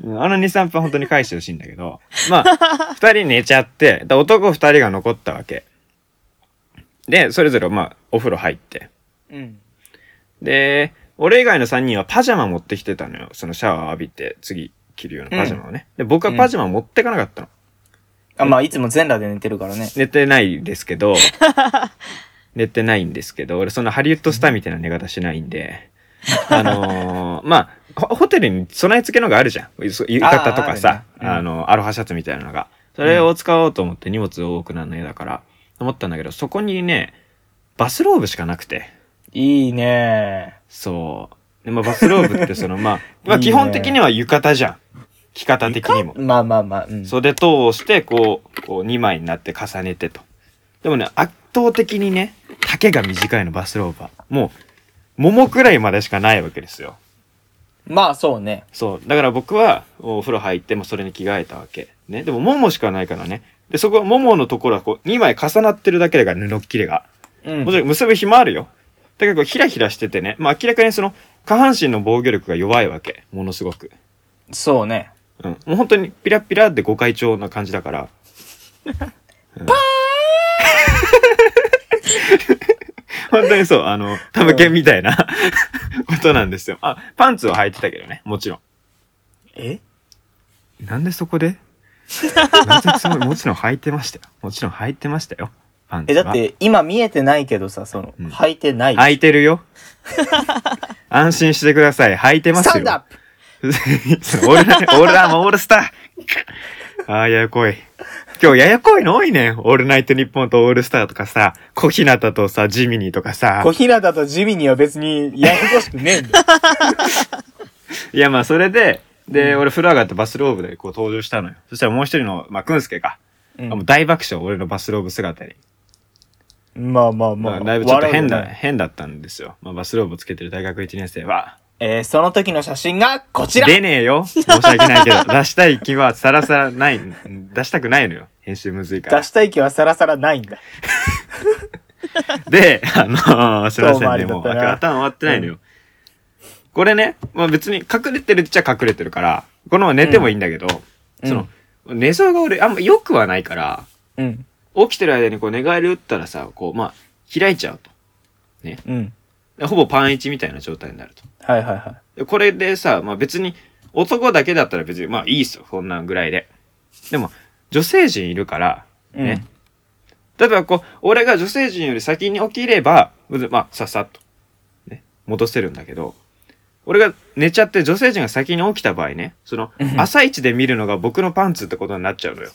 [SPEAKER 2] うんあの2、3分本当に返してほしいんだけど、まあ、2人 寝ちゃって、だ男2人が残ったわけ。で、それぞれまあ、お風呂入って。
[SPEAKER 1] うん。
[SPEAKER 2] で、俺以外の3人はパジャマ持ってきてたのよ。そのシャワー浴びて、次着るようなパジャマをね。で、僕はパジャマ持ってかなかったの。
[SPEAKER 1] あ、まあ、いつも全裸で寝てるからね。
[SPEAKER 2] 寝てないですけ ど、寝てないんですけど、俺そんなハリウッドスターみたいな寝方しないんで、あ のーまあ、ホホテルに備え付けのがあるじゃん。ゆそ浴衣とかさ、
[SPEAKER 1] あーある
[SPEAKER 2] あ,、
[SPEAKER 1] ねうん
[SPEAKER 2] の、アロハシャツみたいなのが。それを使おうと思って荷物多くなるの嫌だから、思ったんだけど、そこにね、バスローブしかなくて、
[SPEAKER 1] いいね
[SPEAKER 2] そう。でまあ、バスローブってその、 まあ、まあ、
[SPEAKER 1] いいね
[SPEAKER 2] 基本的には浴衣じゃん。着方的にも。
[SPEAKER 1] まあまあまあ、うん。
[SPEAKER 2] 袖通してこうこう2枚になって重ねてとでもね圧倒的にね丈が短いのバスローブはもうももくらいまでしかないわけですよ
[SPEAKER 1] まあ、そうね。
[SPEAKER 2] そうだから僕はお風呂入ってもそれに着替えたわけねでもももしかないからねでそこはもものところはこう2枚重なってるだけだから布っきれが
[SPEAKER 1] うん
[SPEAKER 2] もちろん結ぶ暇あるよだけどこうヒラヒラしててね、まあ、明らかにその下半身の防御力が弱いわけものすごく
[SPEAKER 1] そうね。
[SPEAKER 2] うん。もう本当にピラピラってご会長な感じだから。パー 本当にそう、あの、タムケンみたいな ことなんですよ。あ、パンツは履いてたけどね、もちろん。
[SPEAKER 1] え
[SPEAKER 2] なんでそこ でなんですごい、もちろん履いてましたよ。もちろん履いてましたよ。パンツ
[SPEAKER 1] え、
[SPEAKER 2] は。
[SPEAKER 1] だって、今見えてないけどさ、その、
[SPEAKER 2] うん
[SPEAKER 1] 履いてない。
[SPEAKER 2] 履いてる よ。安心してください。履いてますよ。
[SPEAKER 1] スタンドアップ
[SPEAKER 2] オールナイ オールランオールスター。ああ、ややこい。今日ややこいの多いね。オールナイトニッポンとオールスターとかさ、小日向とさ、ジミニーとかさ
[SPEAKER 1] 小。日向と地味には別にややこしくねえんだよ。
[SPEAKER 2] いや、まあ、それで、で、俺、風呂上がってバスローブでこう登場したのよ。そしたらもう一人の、まあ、くんすけか。
[SPEAKER 1] うん
[SPEAKER 2] あもう大爆笑、俺のバスローブ姿に。
[SPEAKER 1] まあまあま
[SPEAKER 2] ま
[SPEAKER 1] あ。
[SPEAKER 2] あ、だいぶちょっと変だ、
[SPEAKER 1] 笑うよね。
[SPEAKER 2] 変だったんですよ。まあ、バスローブつけてる大学1年生は。
[SPEAKER 1] えー、その時の写真がこちら
[SPEAKER 2] 出ねえよ。申し訳ないけど、 出したい気はさらさらない、出したくないのよ。編集むずいから。
[SPEAKER 1] 出したい気はさらさらないんだ。
[SPEAKER 2] で、あの ー、すいませ
[SPEAKER 1] 遠
[SPEAKER 2] ん
[SPEAKER 1] 回
[SPEAKER 2] ね、
[SPEAKER 1] りだ
[SPEAKER 2] もう
[SPEAKER 1] ったな
[SPEAKER 2] 頭終わってないのよ。これね、まあ別に隠れてるっちゃ隠れてるから、このまま寝てもいいんだけど、
[SPEAKER 1] うん
[SPEAKER 2] その、寝相が俺あんま良くはないから、
[SPEAKER 1] うん。
[SPEAKER 2] 起きてる間にこう寝返り打ったらさ、こう、まあ、開いちゃうと
[SPEAKER 1] うん。
[SPEAKER 2] で。ほぼパンイチみたいな状態になると。
[SPEAKER 1] はいはいはい。
[SPEAKER 2] でこれでさ、まあ別に、男だけだったら別に、まあいいっすよ、こんなんぐらいで。でも、女性陣いるから、
[SPEAKER 1] うん
[SPEAKER 2] ね。例えばこう、俺が女性陣より先に起きれば、別にまあ、さっさっと、ね、戻せるんだけど、俺が寝ちゃって女性陣が先に起きた場合ね、その
[SPEAKER 1] う、ん
[SPEAKER 2] 朝一で見るのが僕のパンツってことになっちゃうのよ。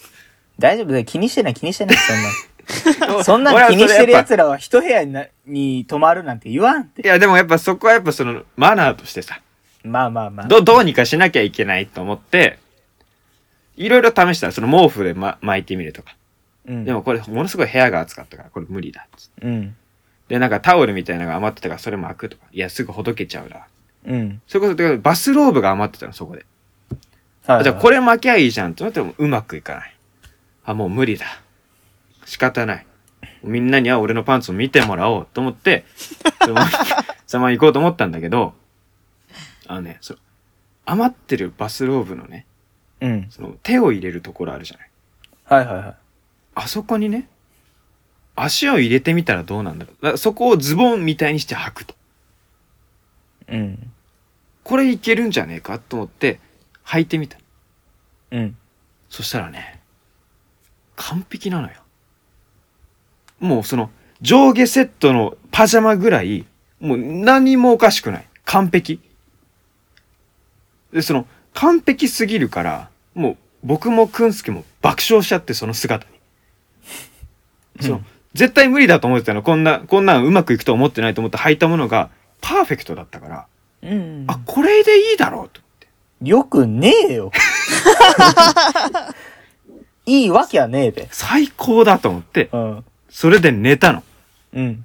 [SPEAKER 1] 大丈夫だよ。気にしてない、気にしてない、そんな。 そんなの気にしてる奴らは一部屋になに泊まるなんて言わんって。
[SPEAKER 2] いや、でもやっぱそこはやっぱその、マナーとしてさ、
[SPEAKER 1] まあまあまあ。
[SPEAKER 2] ど、どうにかしなきゃいけないと思って、いろいろ試したのその毛布で、ま、巻いてみるとか。
[SPEAKER 1] うん、
[SPEAKER 2] でもこれ、ものすごい部屋が暑かったから、これ無理だっつって。
[SPEAKER 1] うん。
[SPEAKER 2] で、なんかタオルみたいなのが余ってたから、それ巻くとか。いや、すぐほどけちゃうな。
[SPEAKER 1] うん。
[SPEAKER 2] それこそ、てかバスローブが余ってたの、そこで。
[SPEAKER 1] は
[SPEAKER 2] あ
[SPEAKER 1] い
[SPEAKER 2] じゃあこれ巻きゃいいじゃんってなってもうまくいかない。あ、もう無理だ。仕方ない。みんなには俺のパンツを見てもらおうと思って、そのまま そのまま行こうと思ったんだけど、あのね、そう余ってるバスローブのね、
[SPEAKER 1] うん。
[SPEAKER 2] その手を入れるところあるじゃない。
[SPEAKER 1] はいはいはい。
[SPEAKER 2] あそこにね、足を入れてみたらどうなんだろう。だからそこをズボンみたいにして履くと。
[SPEAKER 1] うん。
[SPEAKER 2] これいけるんじゃねえかと思って、履いてみた。
[SPEAKER 1] うん。
[SPEAKER 2] そしたらね、完璧なのよ。もうその、上下セットのパジャマぐらい、もう何もおかしくない。完璧。で、その、完璧すぎるから、もう僕もくんすけも爆笑しちゃって、その姿に。その、
[SPEAKER 1] うん
[SPEAKER 2] 絶対無理だと思ってたの。こんな、こんなんうまくいくと思ってないと思って履いたものが、パーフェクトだったから、
[SPEAKER 1] うん。
[SPEAKER 2] あ、これでいいだろうと。
[SPEAKER 1] よくねえ よ。いいわけはねえべ。
[SPEAKER 2] 最高だと思って、
[SPEAKER 1] うん。
[SPEAKER 2] それで寝たの。
[SPEAKER 1] うん。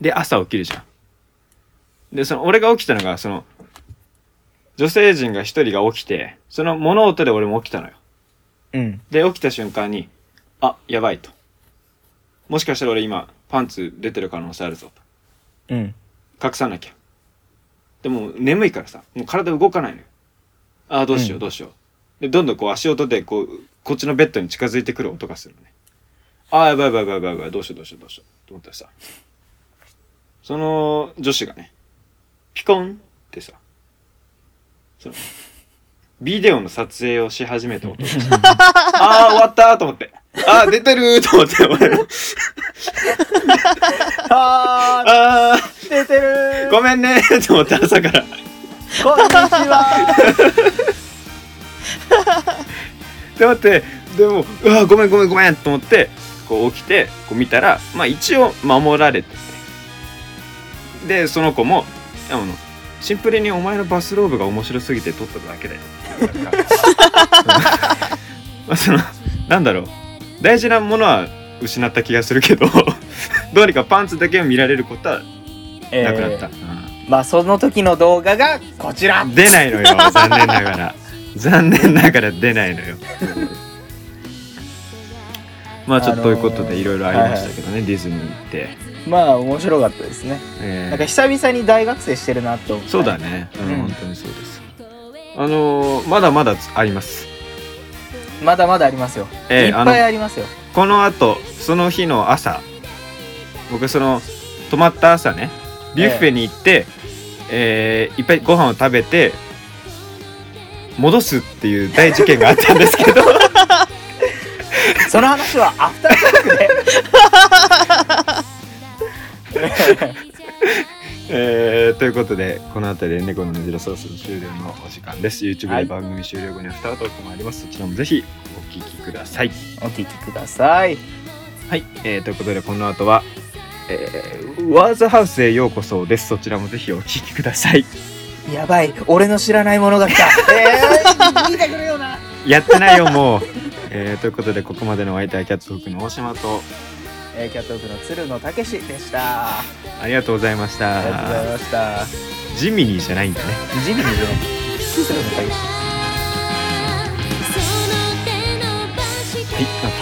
[SPEAKER 2] で、朝起きるじゃん。で、その、俺が起きたのが、その、女性陣が一人が起きて、その物音で俺も起きたのよ。
[SPEAKER 1] うん。
[SPEAKER 2] で、起きた瞬間に、あ、やばいと。もしかしたら俺今、パンツ出てる可能性あるぞと。
[SPEAKER 1] うん。
[SPEAKER 2] 隠さなきゃ。でも、眠いからさ、もう体動かないのよ。あーどうしよ
[SPEAKER 1] う
[SPEAKER 2] う、
[SPEAKER 1] ん
[SPEAKER 2] どうしよう。で、どんどんこう足音で、こう、こっちのベッドに近づいてくる音がするのね。あーやばいやばいやばいやばいやばい、どうしよう、どうしよう、どうしよう。と思ったらさ、その女子がね、ピコンってさ、その、ビデオの撮影をし始めた音がした。 あー終わったーと思って。あー出てるーと思って、俺 も。
[SPEAKER 1] あ
[SPEAKER 2] あ
[SPEAKER 1] ー、出てるー
[SPEAKER 2] ーごめんねーと思って朝から。
[SPEAKER 1] こんにちは
[SPEAKER 2] で待ってでもうわごめんごめんごめんと思ってこう起きてこう見たらまあ一応守られててでその子もあのシンプルにお前のバスローブが面白すぎて撮っただけだよって言われたまあそのなんだろう大事なものは失った気がするけどどうにかパンツだけを見られることは
[SPEAKER 1] ー。
[SPEAKER 2] なくなった、
[SPEAKER 1] まあその時の動画がこちら
[SPEAKER 2] うん出ないのよ残念ながら残念ながら出ないのよまあちょっとということでいろいろありましたけどね、ディズニー行って、
[SPEAKER 1] まあ面白かったですね
[SPEAKER 2] えー
[SPEAKER 1] なんか久々に大学生してるなと思った
[SPEAKER 2] そうだね、うん
[SPEAKER 1] うん
[SPEAKER 2] 本当にそうですあのーまだまだあります
[SPEAKER 1] まだまだありますよ、
[SPEAKER 2] ええ
[SPEAKER 1] いっぱいありますよ
[SPEAKER 2] このあとその日の朝僕その泊まった朝ねビュッフェに行って、えーいっぱいご飯を食べて戻すっていう大事件があったんですけど
[SPEAKER 1] その話はアフタートークで
[SPEAKER 2] えーということでこの辺りで猫のねじろソースの終了のお時間です YouTube
[SPEAKER 1] は
[SPEAKER 2] で
[SPEAKER 1] い
[SPEAKER 2] 番組終了後にアフタートークもあります、そちらもぜひお聞きください
[SPEAKER 1] お聞きください
[SPEAKER 2] はい、えーということでこの後は、えーワーズハウスへようこそですそちらもぜひお聞きください
[SPEAKER 1] やばい俺の知らないものが来たえー、見てくれよな
[SPEAKER 2] やってないよ もう、えーということでここまでのお相手はキャットトークの大島と
[SPEAKER 1] えー、キャットオークの鶴野武史でしたあ
[SPEAKER 2] ありがとうございまし
[SPEAKER 1] りがとうござい
[SPEAKER 2] た
[SPEAKER 1] ました
[SPEAKER 2] ジミニーじゃないんだね
[SPEAKER 1] ジミーの鶴野武史